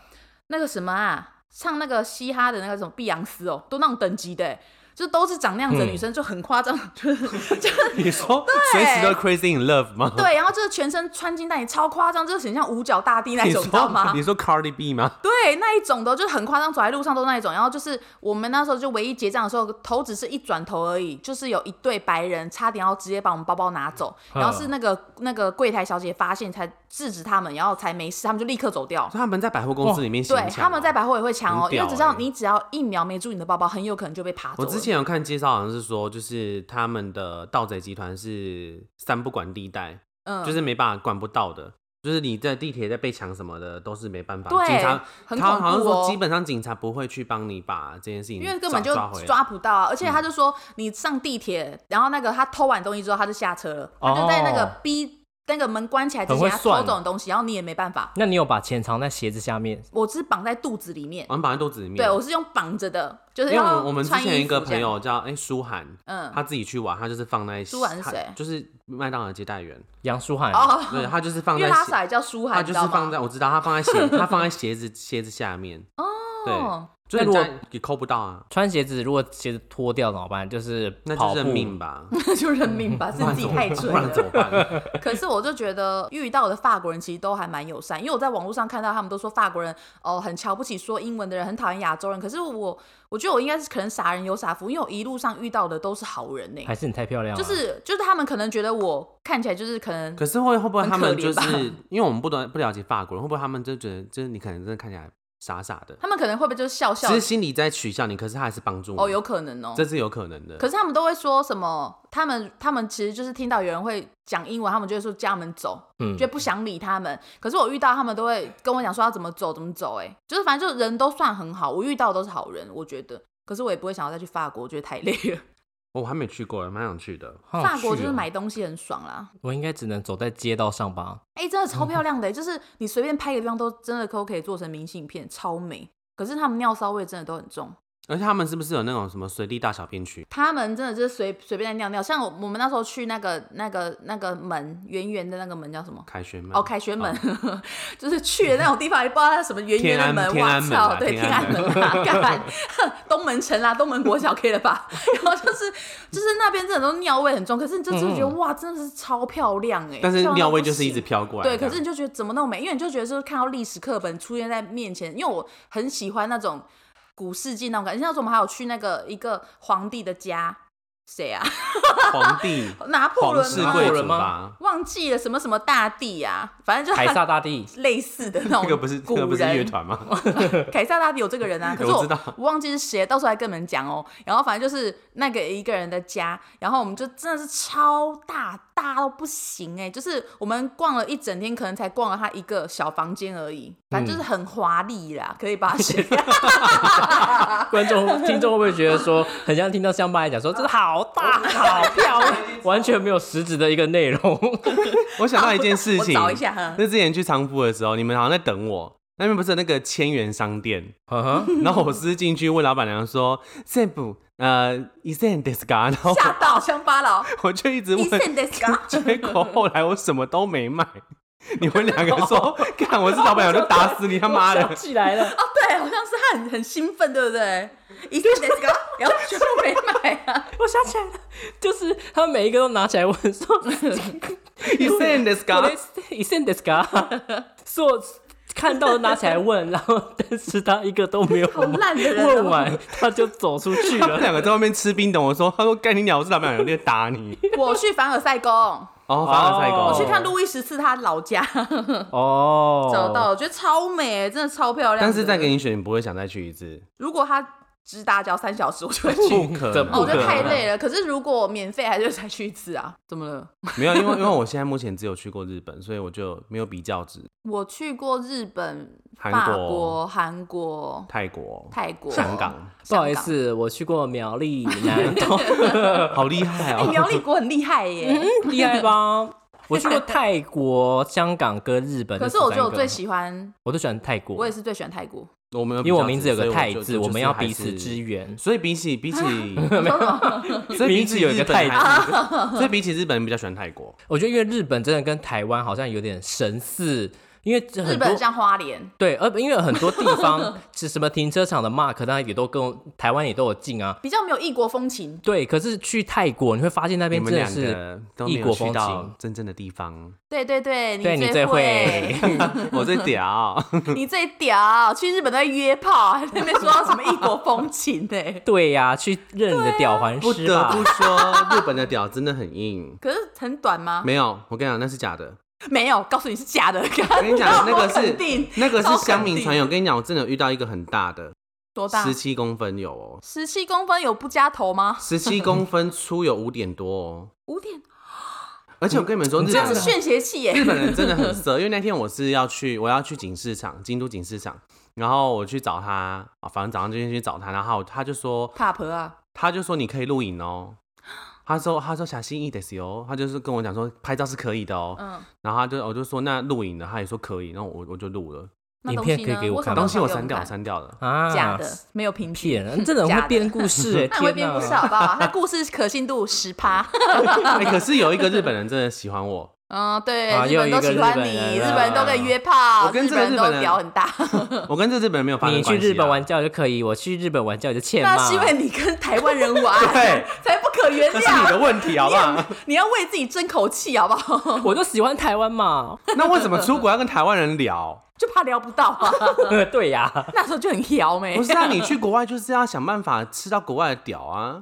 S2: 那个什么啊，唱那个嘻哈的那个什么碧昂斯哦，都那种等级的欸，就都是长那样子的女生，就很夸张， 就是就
S1: 你说随时都 crazy in love 吗？
S2: 对，然后就是全身穿金戴银，超夸张，就是很像五角大帝那
S1: 你
S2: 种，你知道
S1: 说
S2: 吗
S1: 你？说 Cardi B 吗？
S2: 对，那一种的，就是很夸张，走在路上都那一种。然后就是我们那时候就唯一结账的时候，头只是一转头而已，就是有一对白人差点要直接把我们包包拿 走，
S3: 嗯
S2: 然后是那个那个柜台小姐发现才制止他们，然后才没事，他们就立刻走掉。
S1: 他们在百货公司里面行
S2: 对，
S1: 抢
S2: 他们
S1: 哦
S2: 在百货也会抢哦，
S1: 很
S2: 因
S1: 屌
S2: 为只要
S1: 欸
S2: 你只要一秒没注意你的包包，很有可能就被爬走
S1: 我
S2: 了。
S1: 之前有看介绍，好像是说，就是他们的盗贼集团是三不管地带，
S2: 嗯，
S1: 就是没办法管不到的，就是你在地铁在被抢什么的都是没办法。警
S2: 对
S1: 察，
S2: 很
S1: 他
S2: 恐
S1: 好像
S2: 怖
S1: 说
S2: 哦
S1: 基。本上警察不会去帮你把这件事情
S2: 因
S1: 抓，
S2: 为根本就
S1: 抓回来嗯
S2: 抓不到啊，而且他就说你上地铁，然后那个他偷完东西之后他就下车了，他就在那个
S3: 哦
S2: 逼那个门关起来之
S3: 很会
S2: 前他偷
S3: 算
S2: 走的东西，然后你也没办法。
S3: 那你有把钱藏在鞋子下面？
S2: 我是绑在肚子里面，
S1: 我们绑在肚子里面。
S2: 对我是用绑着的，就是
S1: 因为我
S2: 要
S1: 们我们之
S2: 穿
S1: 前
S2: 衣
S1: 一个
S2: 服这
S1: 朋
S2: 样，
S1: 友叫哎舒涵，
S2: 嗯，
S1: 他自己去玩，他就是放在
S2: 舒涵是
S1: 他
S2: 谁
S1: 就是麦当劳接待员，
S3: 杨舒涵，
S2: 哦，
S1: 对他就是 放
S2: 因
S1: 在
S2: 为拉
S1: 鞋
S2: 萨也叫舒
S1: 他
S2: 涵，你
S1: 就
S2: 知
S1: 是
S2: 道
S1: 放
S2: 吗？
S1: 在我知道他放在鞋他放在鞋子鞋子下面。对
S2: 哦，
S1: 就是如果
S3: 那你
S1: 也抠不到啊，
S3: 穿鞋子如果鞋子脱掉怎么办？就是
S1: 那就
S3: 跑步
S1: 认命吧，
S2: 就认命吧，是
S1: 不 然
S2: 自己
S1: 怎么
S2: 太蠢
S1: 不然
S2: 了。
S1: 怎么办？
S2: 可是我就觉得遇到的法国人其实都还蛮友善，因为我在网络上看到他们都说法国人哦很瞧不起说英文的人，很讨厌亚洲人。可是我我觉得我应该是可能傻人有傻福，因为我一路上遇到的都是好人呢、
S3: 还是你欸太漂亮了，啊
S2: 就是就是他们可能觉得我看起来就是可能
S1: 可是会会不会
S2: 很
S1: 他
S2: 可
S1: 们
S2: 怜
S1: 就是
S2: 吧
S1: 因为我们不懂不了解法国人，会不会他们就觉得就是你可能真的看起来傻傻的，
S2: 他们可能会不会就是 笑
S1: 其
S2: 笑
S1: 实心里在取笑你，可是他还是帮助你，
S2: 哦，有可能哦。
S1: 这是有可能的。
S2: 可是他们都会说什么？他们他们其实就是听到有人会讲英文，他们就会说叫他们走，
S3: 嗯
S2: 就不想理他们。可是我遇到他们都会跟我讲说要怎么走怎么走、哎，就是反正就人都算很好，我遇到都是好人，我觉得。可是我也不会想要再去法国，我觉得太累了。
S1: 我还没去过，蛮想 去的。
S3: 好有
S2: 法国
S3: 趣
S2: 就是
S3: 哦
S2: 买东西很爽啦，
S3: 我应该只能走在街道上吧？
S2: 哎、真的超漂亮 的、哎就是你随便拍一个地方都真的都可以做成明信片，超美。可是他们尿骚味真的都很重。
S1: 而且他们是不是有那种什么随地大小便区？
S2: 他们真的就是随随便尿尿，像我我们那时候去那个那个那个门圆圆的那个门叫什么？
S1: 凯旋门
S2: 哦，开学门， 就是去了那种地方，也不知道它是什么圆圆的门，
S1: 天
S2: 哇
S1: 安
S2: 操，对，
S1: 天
S2: 天
S1: 安
S2: 安
S1: 门
S2: 门啊，干， 东门城啦，东门国小 可以了吧？然后就是就是那边真的都尿味很重，可是你就就觉得、哇，真的是超漂亮哎、
S1: 嗯但是
S2: 漂亮到
S1: 尿味
S2: 不
S1: 就是一
S2: 行
S1: 直飘过来这
S2: 对，
S1: 样。
S2: 可是你就觉得怎么那么美？因为你就觉得就是看到历史课本出现在面前，因为我很喜欢那种古世纪那种感觉。像那时候我们还有去那个一个皇帝的家，谁啊？
S1: 皇帝、
S2: 拿破
S1: 皇
S2: 仑
S1: 室
S2: 吗
S1: 贵
S3: 拿破
S1: 族
S3: 仑吗
S1: 吧？
S2: 忘记了什么什么大帝啊，反正就
S3: 凯
S2: 是
S3: 撒
S2: 他
S3: 大帝，
S2: 类似的那种古人。
S1: 那个不是那个不是 乐团吗？
S2: 凯撒大帝有这个人 啊，可是
S1: 我
S2: 我
S1: 知道
S2: 我忘记是谁，到时候还跟你们讲哦。然后反正就是那个一个人的家，然后我们就真的是超大，大到不行哎、就是我们逛了一整天，可能才逛了他一个小房间而已，反正就是很华丽啦，可以把谁
S3: 观众听众会不会觉得说，很像听到乡巴来讲说，这好大好漂亮，完全没有实质的一个内容？
S1: 我想到一件事
S2: 我
S1: 情，
S2: 找一下哈。
S1: 那之前去仓库的时候，你们好像在等我。那边不是有那个千元 商店，
S3: 嗯哼
S1: 然后我是进去问老板娘说：“这不呃一 s e n d e s 然后
S2: 吓到乡巴佬，
S1: 我就一直
S2: 一
S1: 问，
S2: 线的啊哦嘎，
S1: 结果后来我什么都没买。你们两 个
S2: 哦
S1: 说，看我是老板娘，我就打死你他妈
S3: 我想
S1: 的！
S3: 起来了，
S2: 对，好像是他很很兴奋，对不对？一线的 嘎，然后就没买啊，
S3: 我想起来了，就是他们每一个都拿起来问说，
S1: 一 s e n d e s
S3: これ一线ですか？是我看到的拿起来问，然后但是他一个都没有
S2: 好烂的人哦
S3: 问完他就走出去
S1: 他们
S3: 了。
S1: 两个在外面吃冰冻，我说，他说干你鸟，我是老板娘，我就打你。
S2: 我去凡尔赛宫，
S1: 哦，凡尔赛宫，
S3: 哦
S2: 我去看路易十四他老家。
S3: 哦，
S2: 找到，我觉得超美，真的超漂亮的。
S1: 但是再给你选，你不会想再去一次，
S2: 如果他直达只要三小时，我就会去。
S1: 不可
S3: 这
S1: 能，
S2: 哦，我
S3: 不
S2: 觉
S3: 可
S2: 得
S3: 能
S2: 太累了。可是如果免费，还是再去一次啊？怎么了？
S1: 没有，因为因为我现在目前只有去过日本，所以我就没有比较值
S2: 我去过日本、
S1: 韩
S2: 法
S1: 国
S2: 国、韩国、
S1: 泰国、
S2: 泰国、
S1: 香。港，
S3: 不好意思，我去过苗栗、南投，
S1: 好厉害
S2: 哎，苗
S1: 哦！
S2: 栗国很厉害耶。
S3: 厉害吧？ 我去过泰国、香港跟日本，
S2: 可是我觉得
S3: 这三
S2: 我
S3: 个
S2: 最喜欢，
S3: 我都喜欢泰国
S2: 我，也是最喜欢泰国。
S1: 我们有比
S3: 因为
S1: 较
S3: 我
S1: 值
S3: 名字有个
S1: 所以
S3: 泰
S1: 就
S3: 字，
S1: 就
S3: 我
S1: 就
S3: 们
S1: 是
S3: 要
S1: 还
S3: 彼此
S1: 是
S3: 支援。
S1: 所以比起 比起，
S2: 说什么
S1: 所以比
S3: 名字
S1: 起
S3: 有一
S1: 日
S3: 个
S1: 本
S3: 泰
S1: 还是， 所以比起日本比较喜欢泰 国。
S3: 我觉得因为日本真的跟台湾好像有点神似，因为这
S2: 日
S3: 很
S2: 本
S3: 多。
S2: 像花莲，
S3: 对，而因为很多地方 是什么停车场的 mark，当然也都跟台湾也都有进啊。
S2: 比较没有异国风情。
S3: 对，可是去泰国你会发现那
S1: 你
S3: 边
S1: 们
S3: 真的
S1: 两
S3: 是，
S1: 个都没
S3: 异
S1: 有
S3: 国
S1: 去
S3: 风
S1: 到
S3: 情
S1: 真正的地方，
S2: 对对对，
S3: 对你
S2: 最
S3: 最
S2: 会
S3: 会。。
S1: 我最屌。
S2: 你最屌，去日本都在约炮，还在那边说什么异国风情呢、
S3: 对呀、去认你的
S2: 啊
S3: 吊环
S1: 不
S3: 师
S1: 得
S3: 吧
S1: 不。说，日本的屌真的 很硬。
S2: 可是很短吗？
S1: 没有，我跟你讲那是假的。
S2: 没有，告诉你是假的。
S1: 我
S2: 我
S1: 跟你 讲，那个
S2: 肯定
S1: 是那个
S2: 超
S1: 是
S2: 肯
S1: 乡民
S2: 定
S1: 传友。我跟你讲，我真的有遇到一个很大的，
S2: 多大
S1: 十？七公分有哦，
S2: 十七公分有不加头吗？
S1: 十七公分粗有五点多哦。
S2: 五点，
S1: 而且我跟你们说，日
S3: 你
S1: 本
S2: 这样
S1: 人
S2: 是炫邪气耶、
S1: 日本人真的很色，因为那天我是要去，我要去警市场，京都警市场，然后我去找他啊、反正早上就先去找他，然后他就说，
S2: 怕婆啊！
S1: 他就说你可以录影哦。他说：“他说小心翼翼的哦，他就是跟我讲说拍照是可以的哦。
S2: 嗯，
S1: 然后他就我就说那录影呢，他也说可以，然后我我就录了。
S2: 那
S3: 影
S2: 东
S3: 片
S2: 西
S3: 可以
S2: 呢
S3: 给我
S2: 为什
S3: 看
S2: 么
S3: 吗
S1: 东
S2: 要
S1: 西我
S2: 给
S1: 删
S2: 们
S1: 掉，
S2: 嗯看
S1: 我删掉了。
S3: 啊
S2: 假的，没有凭据。
S3: 骗人，真的很
S2: 假
S3: 会
S2: 的
S3: 编故 事哎、
S2: 那
S3: 天
S2: 你会
S3: 哪！
S1: 啊
S2: 编故事好不好？那故事可信度十趴，
S1: 哎、可是有一个日本人真的喜欢我，
S2: 嗯，对，
S3: 啊
S2: 日本都
S3: 又一个
S2: 喜欢
S3: 日本
S2: 你，
S3: 人啊
S2: 日
S3: 了
S2: 本人都可以约炮，
S1: 我跟
S2: 日
S1: 这
S2: 本
S1: 个
S2: 人
S1: 日
S2: 都
S1: 本人
S2: 屌很大。
S1: 我跟这日本人没有发生
S3: 你
S1: 关系、啊。
S3: 去日本玩教就可以，我去日本玩教就欠骂。
S2: 那是因为你跟台湾人玩，
S1: 对，
S2: 才不可原
S1: 这是你的
S2: 谅。
S1: 问题，好不好？
S2: 你要为自己争口气，好不好？
S3: 我就喜欢台湾嘛，
S1: 那为什么出国要跟台湾人 聊？
S2: 就怕聊不到啊，
S3: 对呀、
S2: 那时候就很摇没。
S1: 不是啊，你去国外就是要想办法吃到国外的屌啊！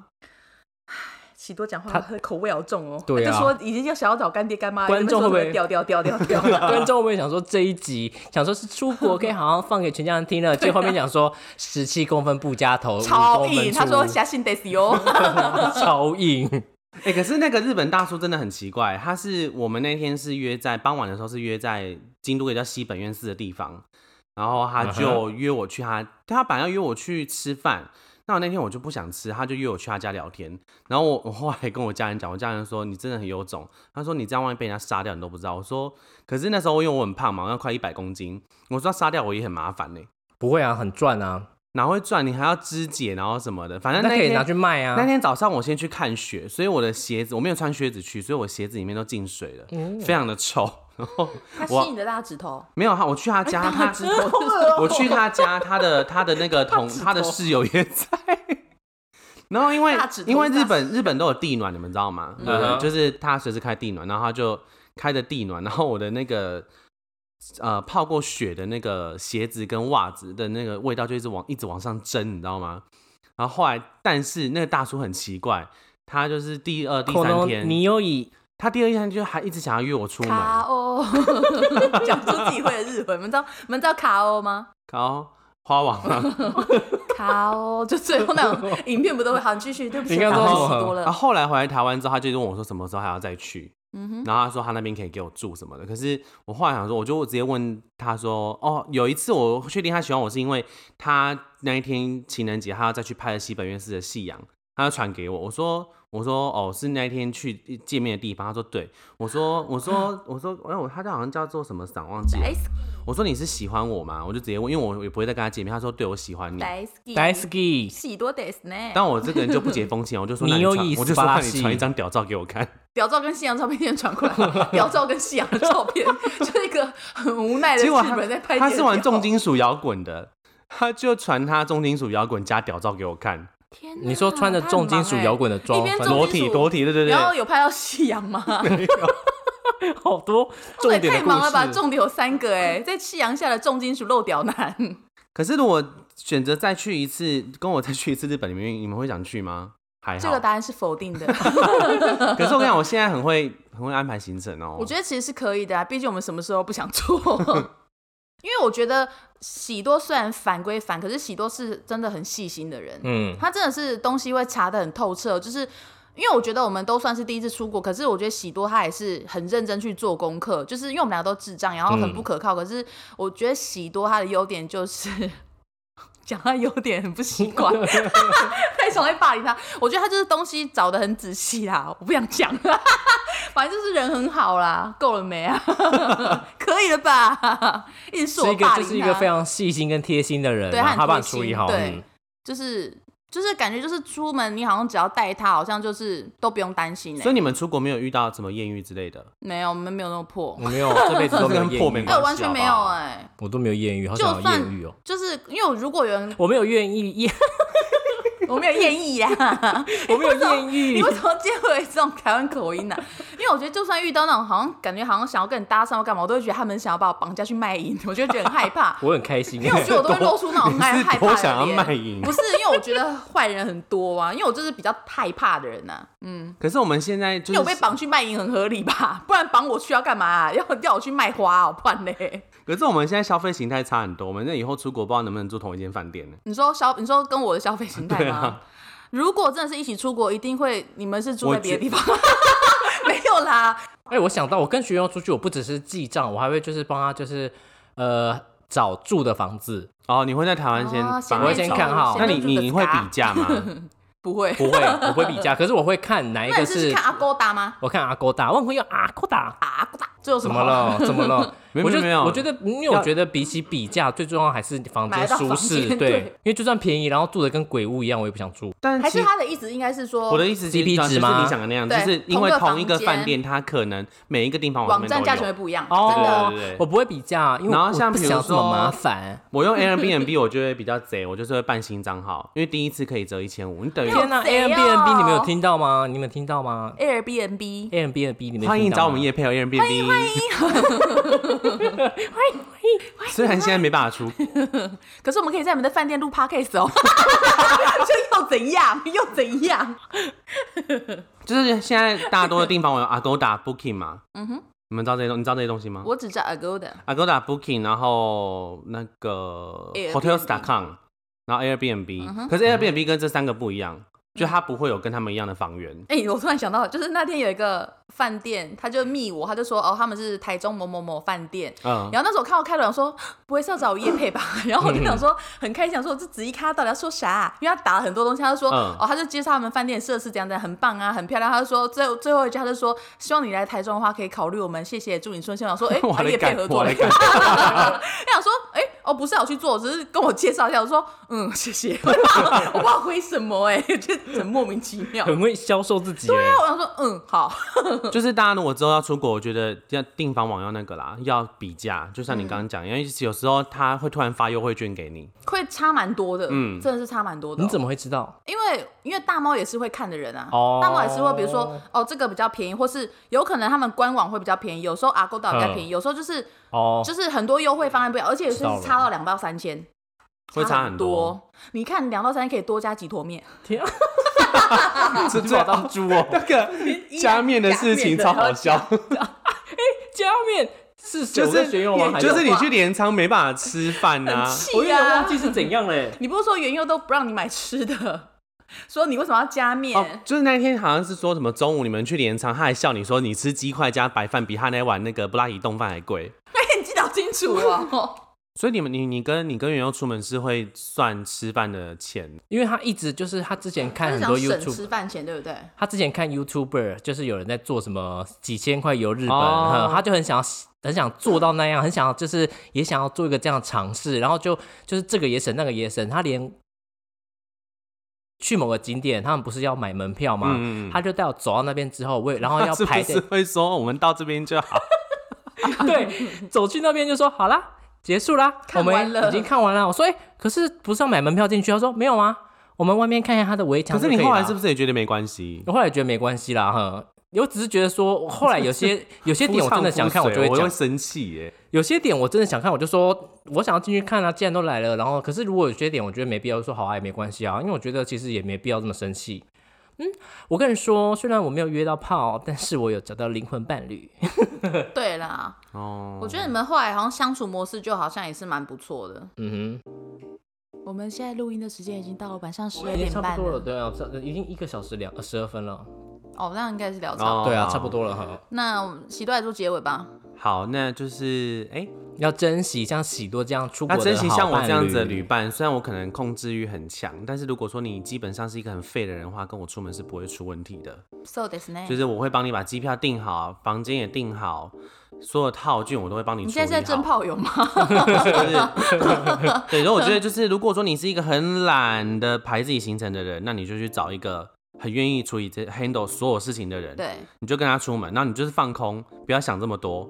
S2: 喜多讲话
S3: 他
S2: 口味好重哦，
S3: 对啊
S2: 他就说已经要想要找干爹干妈，
S3: 观众会不会
S2: 掉掉掉掉掉？
S3: 观众们想说这一集，想说是出国可以好好放给全家人听 了，结果后面讲说十七公分不加头，5
S2: 啊超
S3: 公分
S2: 硬，他说
S3: 粗
S2: 相信得死哦哟。
S3: 超硬，
S1: 哎、可是那个日本大叔真的很奇怪，他是我们那天是约在傍晚的时候是约在京都一个叫西本院寺的地方，然后他就
S3: 嗯
S1: 约我去他，他本来要约我去吃饭，那我那天我就不想吃，他就约我去他家聊天，然后我我后来跟我家人讲，我家人说你真的很有种，他说你这样万一被人家杀掉你都不知道，我说可是那时候因为我很胖嘛，我要快一百公斤，我说要杀掉我也很麻烦呢、
S3: 不会啊，很赚啊，
S1: 哪会赚？你还要肢解，然后什么的，反正
S3: 那可以
S1: 天
S3: 拿去卖啊。
S1: 那天早上我先去看雪，所以我的鞋子我没有穿靴子去，所以我鞋子里面都进水了，非常的臭。然后
S2: 他吸
S1: 我
S2: 你的大指头，
S1: 没有他，我去他家，他
S2: 指头，
S1: 我去他家，他的他的那个同他的室友也在。然后因为
S2: 大指头
S1: 因为
S2: 大
S1: 日本日本都有地暖，你们知道吗？对不
S3: 嗯
S1: 对，
S3: 哼
S1: 就是他随时开地暖，然后他就开着地暖，然后我的那个呃泡过雪的那个鞋子跟袜子的那个味道就一直往一直往上蒸，你知道吗？然后后来，但是那个大叔很奇怪，他就是第二、第
S3: 可
S1: 三
S3: 能
S1: 天，
S3: 你又以
S1: 他第二天就还一直想要约我出门。
S2: 卡哦欧， 讲出自己会的日文，你们知道你们知道卡欧吗？
S1: 靠，花王啊！
S2: 卡欧就最后那种影片不都会好，你继续，对不起，
S3: 你刚
S2: 卡
S3: 刚说
S2: 欧喜
S3: 什么
S2: 多了，
S1: 然后
S2: 啊
S1: 后来回来台湾之后，他就问我说什么时候还要再去，
S2: 嗯哼，
S1: 然后他说他那边可以给我住什么的。可是我后来想说，我就直接问他说，哦，有一次我确定他喜欢我是因为他那一天情人节他要再去拍了西本院寺的夕阳，他就传给我，我说。我说哦，是那一天去见面的地方。他说对，我说我说我说，哎我他就好像叫做什么赏忘记了。我说你是喜欢我吗？我就直接问，因为我也不会再跟他见面。他说对，我喜欢你。
S2: 大
S3: d
S2: 好
S3: s k i
S2: 喜多ですね。
S1: 但我这个人就不解风情，我就说那
S3: 你
S1: 你
S3: 有
S1: 传
S3: 意
S1: 我
S3: 思
S1: 就说
S3: 吧
S1: 那你
S3: 是
S1: 传一张屌照给我看。
S2: 屌照跟夕阳照片 先传过来，屌照跟夕阳的照片， 就是一个很无奈的
S1: 结
S2: 日
S1: 果他
S2: 本人在拍。
S1: 他是玩重，金属摇滚的，他就传他重金属摇滚加屌照给我看，
S2: 天哪
S3: 你说穿着重金属摇滚的
S2: 一
S3: 装，
S2: 边
S3: 反
S2: 重
S3: 正
S1: 裸
S2: 金属
S1: 体裸体，对对
S2: 他很忙欸然后
S1: 对。
S2: 有拍到夕阳 吗？哎
S3: 好多重点
S2: 太
S3: 的故
S2: 忙了吧？
S3: 事。
S2: 重点有三个哎，在夕阳下的重金属露屌 男，
S1: 可是如果选择再去一次，跟我再去一次日本，你们你们会想去吗？还
S2: 这
S1: 好
S2: 个。答案是否定的。
S1: 可是我跟你讲，我现在很会很会安排行程哦。
S2: 我觉得其实是可以的啊，毕竟我们什么时候不想 做？因为我觉得喜多虽然反归反，可是喜多是真的很细心的人。
S3: 嗯，
S2: 他真的是东西会查得很透彻，就是因为我觉得我们都算是第一次出国，可是我觉得喜多他也是很认真去做功课，就是因为我们两个都智障，然后很
S3: 嗯
S2: 不可靠，可是我觉得喜多他的优点就是。 讲他优点很不习惯， 太常会霸凌他。我觉得他就是东西找的很仔细啦，我不想讲了。 反正就是人很好啦，够了没啊？ 可以了吧？ 一直说
S3: 是
S2: 我
S3: 一个
S2: 霸
S3: 就
S2: 凌他，
S3: 是一个非常细心跟贴心的人
S2: 对
S3: 嘛，
S2: 他很贴
S3: 把你处理
S2: 心
S3: 好。
S2: 对
S3: 嗯
S2: 就是就是感觉就是出门你好像只要带他，好像就是都不用担心哎、
S1: 所以你们出国没有遇到什么艳遇之类的？
S2: 没有，我们没有那么破，
S3: 我没有，这辈子都没有
S1: 这跟破没
S3: 艳遇
S1: 关系啊
S2: 哎、，完全没有
S1: 好不好
S2: 哎、
S3: 我都没有艳遇，好
S2: 就
S3: 想要
S2: 算
S3: 艳遇哦。
S2: 就是因为如果有人
S3: 我没有愿意 艳，
S2: 我 没有艳遇啦，
S3: 我没有艳
S2: 你
S3: 遇。
S2: 为。什么接回这种台湾口音呢、啊因为我觉得就算遇到那种好像感觉好像想要跟你搭讪或干嘛，我都会觉得他们想要把我绑架去卖淫，我就会觉得很害怕
S3: 我很开心，
S2: 因为我觉得我都会露出那种害害
S1: 多
S2: 怕
S1: 想
S2: 的
S1: 要卖
S2: 脸，
S1: 淫。
S2: 不是因为我觉得坏人很多啊，因为我就是比较害怕的人呐、嗯。
S1: 可是我们现在就
S2: 因为我被
S1: 是，
S2: 绑去卖淫很合理吧？不然绑我去要干嘛、啊要要我去卖花哦、不然嘞？
S1: 可是我们现在消费形态差很多。我们那以后出国不知道能不能住同一间饭店呢？
S2: 你说消，你说跟我的消费形态
S1: 对
S2: 吗？
S1: 啊
S2: 如果真的是一起出国，一定会你们是住
S1: 我
S2: 在别的地
S1: 觉
S2: 方， 没有啦。
S3: 哎、我想到我跟学友出去，我不只是记账，我还会就是帮他就是呃找住的房子，
S1: 哦，你会在台湾先
S2: 哦
S1: 帮
S3: 我
S1: 他
S3: 会先
S1: 找
S3: 看好
S1: 那
S2: 先
S1: 你
S2: 入住
S1: 你
S2: 的
S1: 你会
S2: 家
S1: 比 价吗？
S2: 不会。
S3: 不会，我不会比价，可是我会看哪一
S2: 那
S3: 个
S2: 你是去
S3: 是。
S2: 看阿勾达吗？
S3: 我看阿勾达，我很会用阿勾达，
S2: 阿勾达，这有什
S3: 怎
S2: 么
S3: 么
S2: 好？
S3: 了？怎么了？
S1: 没有
S3: 我就
S1: 没有没有
S3: 我觉得，因为我觉得比起比价，最重要还是房
S2: 买
S3: 间
S2: 到
S3: 舒
S2: 房
S3: 适。
S2: 间
S3: 对，
S2: 对
S3: 因为就算便宜，然后住的跟鬼屋一样，我也不想住。
S1: 但
S2: 还
S1: 其
S2: 是他的意思应该是说，
S1: 我的意思是
S3: CP
S1: 啊就是
S3: 值吗
S1: 你想的那样，就
S2: 对
S1: 是因为
S2: 同
S1: 同一
S2: 一
S1: 个
S2: 个
S1: 饭店，它可能每一个地方
S2: 网站价
S1: 价
S2: 钱会不一样，真
S1: 哦，
S2: 的。
S1: 对对对
S3: 我不会比价，因为
S1: 然后
S3: 我
S1: 像
S3: 不
S1: 比如
S3: 想这么
S1: 说
S3: 麻烦。
S1: 我 用 Airbnb 我就会比较贼，我就是会办新账号，因为第一次可以折一千五，你等于
S2: 好
S3: 天呐
S2: 贼哦
S3: Airbnb 你们有听到吗？你们有听到吗
S2: Airbnb，
S3: ？Airbnb 你们有听到吗
S1: 欢迎找我们叶配哦 Airbnb，欢 迎欢迎虽然现在没办法出，
S2: 可是我们可以在我们的饭店录 podcast 哦， 这又怎样？又怎样？
S1: 就是现在大多的地方我有 Agoda Booking 嘛，嗯哼，你们知道这些东，你知道这些东西吗
S2: 我只知道 Agoda，
S1: ？Agoda Booking，然后那个
S2: Airbnb
S1: Hotels.com，然后 Airbnb，、可是 Airbnb 跟这三个不一样，就它不会有跟他们一样的房 源。
S2: 哎、我突然想到，就是那天有一个饭店，他就密我，他就说哦，他们是台中某某某饭店。
S1: 嗯，
S2: 然后那时候我看到开头，我说不会是要找我叶配吧？ 然后我就想说很开心，想说这子怡咖到底要说啥啊、因为他打了很多东西，他就说、
S1: 嗯
S2: 哦，他就介绍他们饭店设施怎样怎样，很棒啊，很漂亮。他就说最后最后一句，他就说希望你来台中的话可以考虑我们，谢谢，祝你顺心。我说 哎，
S1: 我
S2: 他
S1: 的
S2: 叶配
S1: 感
S2: 合，作
S1: 我
S2: 了
S1: 的。感，
S2: 他想说，哎、哦，不是啊，我去做，我只是跟我介绍一下。我说，嗯，谢谢。 我不知道我不知道回什么、哎， 就很莫名其妙。
S3: 很会销售自己耶。
S2: 我想说，嗯，好，
S1: 就是大家如果之后要出国，我觉得要订房网要那个啦，要比价，就像你刚刚讲，因为有时候他会突然发优惠券给 你，
S2: 会差蛮多的，
S1: 嗯
S2: 真的是差蛮多的哦、
S3: 你怎么会知道？
S2: 因为因为大猫也是会看的人啊，
S3: 哦
S2: 大猫也是会，比如说哦，这个比较便宜，或是有可能他们官网会比较便宜，有时候阿勾岛比
S1: 嗯
S2: 较便宜，有时候就是
S3: 哦，
S2: 就是很多优惠方案不一样，而且有些
S3: 知道
S2: 是
S3: 了
S2: 差到两到三千，
S1: 会差很
S2: 很
S1: 多。。
S2: 你看两到三千可以多加几坨面，
S3: 天啊，
S1: 这
S3: 抓到猪哦！
S1: 那个加面的事情超好笑，
S3: 加面是
S1: 就
S3: 酒在
S1: 是
S3: 选用吗？还
S1: 就是你去镰仓没办法吃饭啊 呐、
S2: 很气
S3: 我有点
S2: 呀
S3: 忘记是怎样 嘞。
S2: 你不是说原油都不让你买吃的，说你为什么要加面？
S1: 哦，就是那一天好像是说什么中午你们去镰仓，他还笑你说你吃鸡块加白饭比他那碗那个布拉提冻饭还贵，
S2: 哎、你记得好清楚 哦。
S1: 所以你们你你跟你跟元佑出门是会算吃饭的钱，
S3: 因为他一直就是他之前看
S2: 他是
S3: 很多
S2: 想省吃
S3: YouTube，
S2: 饭钱，对不对？
S3: 他之前看 YouTuber，就是有人在做什么几千块游日本，
S1: 哦
S3: 嗯他就很想要很想做到那样，很想要就是也想要做一个这样的尝试，然后就就是这个也省那个也省，他连去某个景点，他们不是要买门票吗？
S1: 嗯
S3: 他就带我走到那边之后，我也然后要
S1: 是
S3: 排
S1: 不
S3: 队
S1: 是，会说我们到这边 就好？
S3: 对，走去那边就说好啦，结束啦，我
S2: 看完
S3: 们
S2: 了
S3: 已经看完了。我说哎、可是不是要买门票进去？他说没有啊，我们外面看一下他的围墙
S1: 可
S3: 就是以
S1: 你
S3: 了。
S1: 后来是不是也觉得没关系？
S3: 我后来觉得没关系啦，哈。我只是觉得说，我后来有 些有些点我真的想看，
S1: 我
S3: 我就会
S1: 我
S3: 讲
S1: 会；生气耶。
S3: 有些点我真的想看，我就说我想要进去看啊。既然都来了，然后可是如果有些点我觉得没必要，就说好啊也没关系啊，因为我觉得其实也没必要这么生气。嗯，我跟你说，虽然我没有约到炮，但是我有找到灵魂伴侣。
S2: 对啦，
S1: 哦，
S2: 我觉得你们后来好像相处模式就好像也是蛮不错的。
S3: 嗯
S2: 我们现在录音的时间已经到了晚上十
S3: 哼，
S2: 二
S3: 已经
S2: 点
S3: 差
S2: 半
S3: 不多了，
S2: 了，
S3: 对啊，差已经一个小时两呃十二分了，
S2: 哦，那应该是聊
S1: 哦
S2: 超。
S3: 对啊，差不多了哈。
S2: 那我们喜多来做结尾吧。
S1: 好，那就是哎、
S3: 要珍惜像喜多这样出国的
S1: 要珍惜像我
S3: 好
S1: 这样子的
S3: 伴
S1: 旅伴。虽然我可能控制欲很强，但是如果说你基本上是一个很废的人的话，跟我出门是不会出问题的。
S2: So this 呢？
S1: 就是我会帮你把机票订好，房间也订好，所有套件我都会帮你
S2: 你
S1: 处理好。
S2: 现在是在争 炮 友吗？
S1: 就是 对，所以我觉得就是，如果说你是一个很懒的排自己行程的人，那你就去找一个很愿意处理这 handle 所有事情的人，
S2: 对，
S1: 你就跟他出门，然后你就是放空，不要想这么多。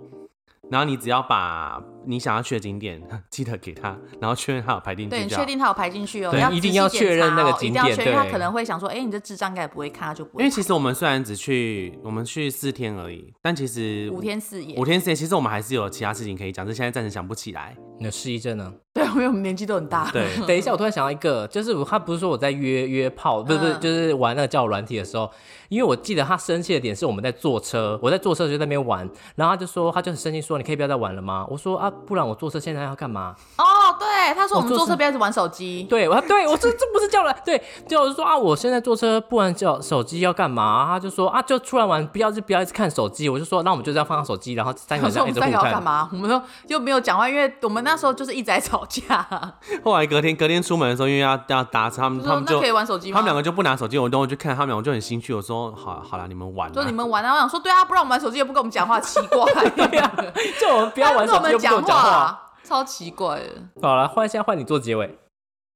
S1: 然后你只要把你想要去的景点 记得给他，然后确认他有排进
S2: 对
S1: 去
S2: 你
S1: 就
S2: 确
S1: 好。
S2: 定他有排进去哦，
S3: 对
S2: 要
S3: 一定
S2: 仔细
S3: 要
S2: 检
S3: 确
S2: 查
S3: 认那个
S2: 哦一
S3: 景
S2: 定要
S3: 点
S2: 确认，他
S3: 对
S2: 可能会想说，哎，你这智障应该也不会看，他就不会
S1: 因为。其实我们虽然只去，我们去四天而已，但其实
S2: 五天四夜
S1: 五，天四夜，其实我们还是有其他事情可以讲，只是现在暂时想不起来。
S3: 那失忆症呢？
S2: 对，因为我们年纪都很大。
S1: 对，
S3: 等一下，我突然想到一个，就是我他不是说我在约约炮，不是不是，
S2: 嗯
S3: 就是玩那个交友软体的时候，因为我记得他生气的点是我们在坐车，我在坐车就在那边玩，然后他就说他就很生气说你可以不要再玩了吗？我说啊，不然我坐车现在要干嘛？
S2: 哦，对，他说我们
S3: 我
S2: 坐
S3: 坐
S2: 车
S3: 车
S2: 不要一直玩手机。
S3: 对，我对我这这不是叫软，对，对，我就说啊，我现在坐车不玩叫手机要干嘛？他就说啊，就出来玩，不要就不要一直看手机。我就说那我们就这样放下手机，然后三个
S2: 他
S3: 人这
S2: 说我
S3: 样一
S2: 们
S3: 直
S2: 三
S3: 互
S2: 个要干
S3: 看。
S2: 嘛？我们说又没有讲话，因为我们那时候就是一直在吵架。下？
S1: 后来隔天隔天出门的时候，因为要要搭车，他们
S2: 我
S1: 他
S2: 说
S1: 们
S2: 那
S1: 就
S2: 可以玩手机吗？
S1: 他们两个就不拿手机，我等我去看他们两个就很心虚，我说好好啦，你们玩啦，
S2: 说你们玩啊，我想说对啊，不让我们玩手机也不跟我们讲话，奇怪。
S3: 对呀，就我们 不
S2: 不
S3: 要玩手机，又不跟我讲话。
S2: 啊，超奇怪的。
S3: 好了，换现在换你做结尾，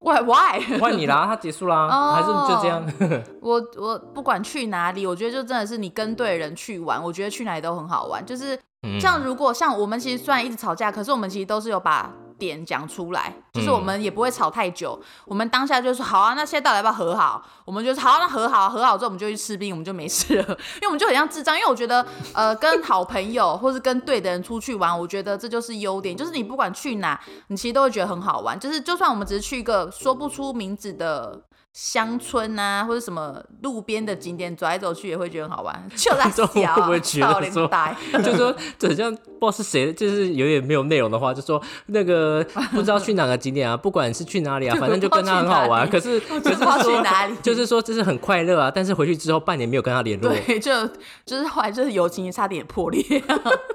S2: Why why？
S3: 换你啦，他结束啦，
S2: 哦
S3: 还是就这 样？
S2: 我我不管去哪里，我觉得就真的是你跟对人去玩，我觉得去哪里都很好玩。就是
S3: 嗯
S2: 像如果像我们其实虽然一直吵架，可是我们其实都是有把点讲出来，
S3: 嗯
S2: 就是我们也不会吵太久，我们当下就说好啊，那现在到底要不要和好？我们就说好、啊，那和好，和好之后我们就去吃冰，我们就没事了， 因为我们就很像智障。因为我觉得呃，跟好朋友或是跟对的人出去玩，我觉得这就是优点，就是你不管去哪，你其实都会觉得很好玩。就是就算我们只是去一个说不出名字的乡村啊，或者什么路边的景点走来走去，也会觉得很好玩。就在
S3: 这
S2: 小
S3: 种会
S2: 啊，
S3: 不会觉得
S2: 少年
S3: 说
S2: 代
S3: 就说这很像不知道是谁，就是有点没有内容的话，就说那个不知道去哪个景点啊， 不管是去哪里啊，反正就跟他很好玩。可是
S2: 不
S3: 可
S2: 知
S3: 是
S2: 道去
S3: 说
S2: 哪里，
S3: 就是说这是很快乐啊，但是回去之后半年没有跟他联络。
S2: 对，就就是后来就是友情也差点破裂。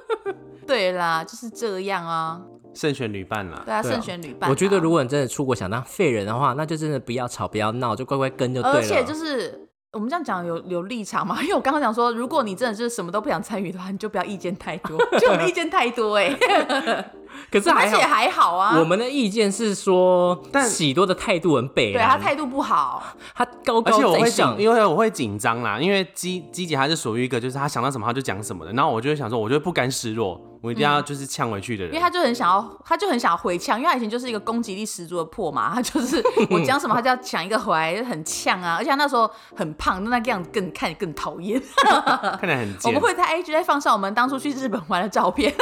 S2: 对啦，就是这样啊。
S1: 慎选旅伴啦。
S2: 对啊，
S3: 对啊
S2: 慎选旅伴啊、
S3: 我觉得如果你真的出国想当废人的话，那就真的不要吵，不要闹，就乖乖跟就呃对了。
S2: 而且就是我们这样讲有有立场嘛，因为我刚刚讲说，如果你真的就是什么都不想参与的话，你就不要意见太多， 就我们意见太多 哎、欸，
S3: 可是
S2: 而
S3: 还
S2: 且
S3: 好，
S2: 还好啊。
S3: 我们的意见是说，
S1: 但
S3: 喜多的态度很北
S2: 对
S3: 蓝，
S2: 他态度不好，
S3: 他高
S1: 而且
S3: 高
S1: 我
S3: 在
S1: 会紧
S3: 上，，
S1: 因为我会紧张啦，因为鸡鸡姐她是属于一个就是她想到什么她就讲什么的，然后我就会想说，我就会不甘示弱，我一定要就是呛回去的
S2: 嗯因为
S1: 人。
S2: 他就很想要，他就很想要回呛，因为他以前就是一个攻击力十足的破嘛，他就是 我讲什么他就要讲一个回来，很呛啊。而且他那时候很胖，那个样子更看着更讨厌。
S1: 看起来很
S2: 我
S1: 贱
S2: 们。会在 IG 再放上我们当初去日本玩的照片，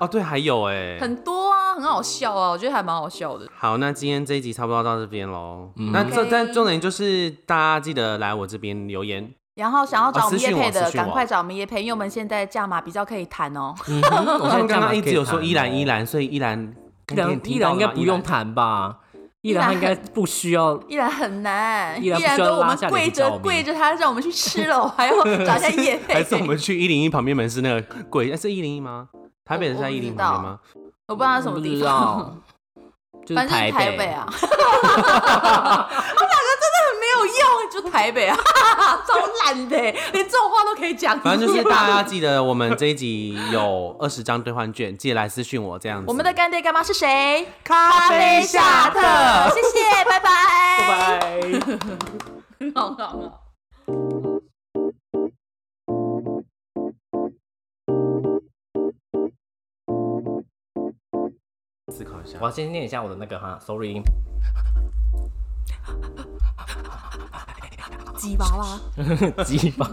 S1: 哦，对，还有哎、
S2: 很多啊，很好笑啊，我觉得还蛮好笑的。
S1: 好，那今天这一集差不多到这边喽。那这
S2: 嗯 OK
S1: 但重点就是大家记得来我这边留言，
S2: 然后想要找我们
S1: 啊私
S2: 叶
S1: 讯我
S2: 配的
S1: 私，讯我
S2: 赶快找我们叶配，因为我们现在价码比较可以谈哦。
S3: 嗯哼我
S1: 他
S3: 现
S1: 们
S3: 在干
S1: 刚
S3: 嘛
S1: 刚一
S3: 可以
S1: 直有说
S3: 谈
S1: 依然
S3: 哦
S1: 依然，所以依然
S3: 依
S1: 刚刚
S3: 然
S1: 也
S3: 依
S1: 听
S3: 然
S1: 到了
S3: 应该
S1: 吗
S3: 不
S1: 依
S3: 用谈吧？依然他应该不需要。
S2: 依然很难，
S3: 依然不需要
S2: 都我
S3: 拉
S2: 们
S3: 下脸
S2: 跪
S3: 去找
S2: 着
S3: 我们
S2: 跪着他让我们去吃了，我还要找一下叶
S1: 还
S2: 配。
S1: 是我们去一零一旁边门市那个柜？哎是一零一吗？台北是在
S2: 我
S1: 一
S2: 不
S1: 零
S2: 知
S1: 一
S2: 道
S1: 旁边吗？
S2: 我不知道他什么
S3: 不
S2: 地
S3: 知
S2: 方，
S3: 道，就是
S2: 反正就是台
S3: 台
S2: 北。啊。 他两个真的很没有用，就台北啊，超烂的，连这种话都可以讲。
S1: 反正就是大家要记得，我们这一集有二十张兑换券，记得来私讯我这样子。
S2: 我们的干爹干妈是谁？
S1: 咖啡夏特
S2: 谢谢，拜拜，拜
S3: 拜拜。
S2: 好好好。
S1: 思考一下
S3: 我。要先念一下我的那个哈，sorry，
S2: 吉娃娃，
S3: 鸡巴。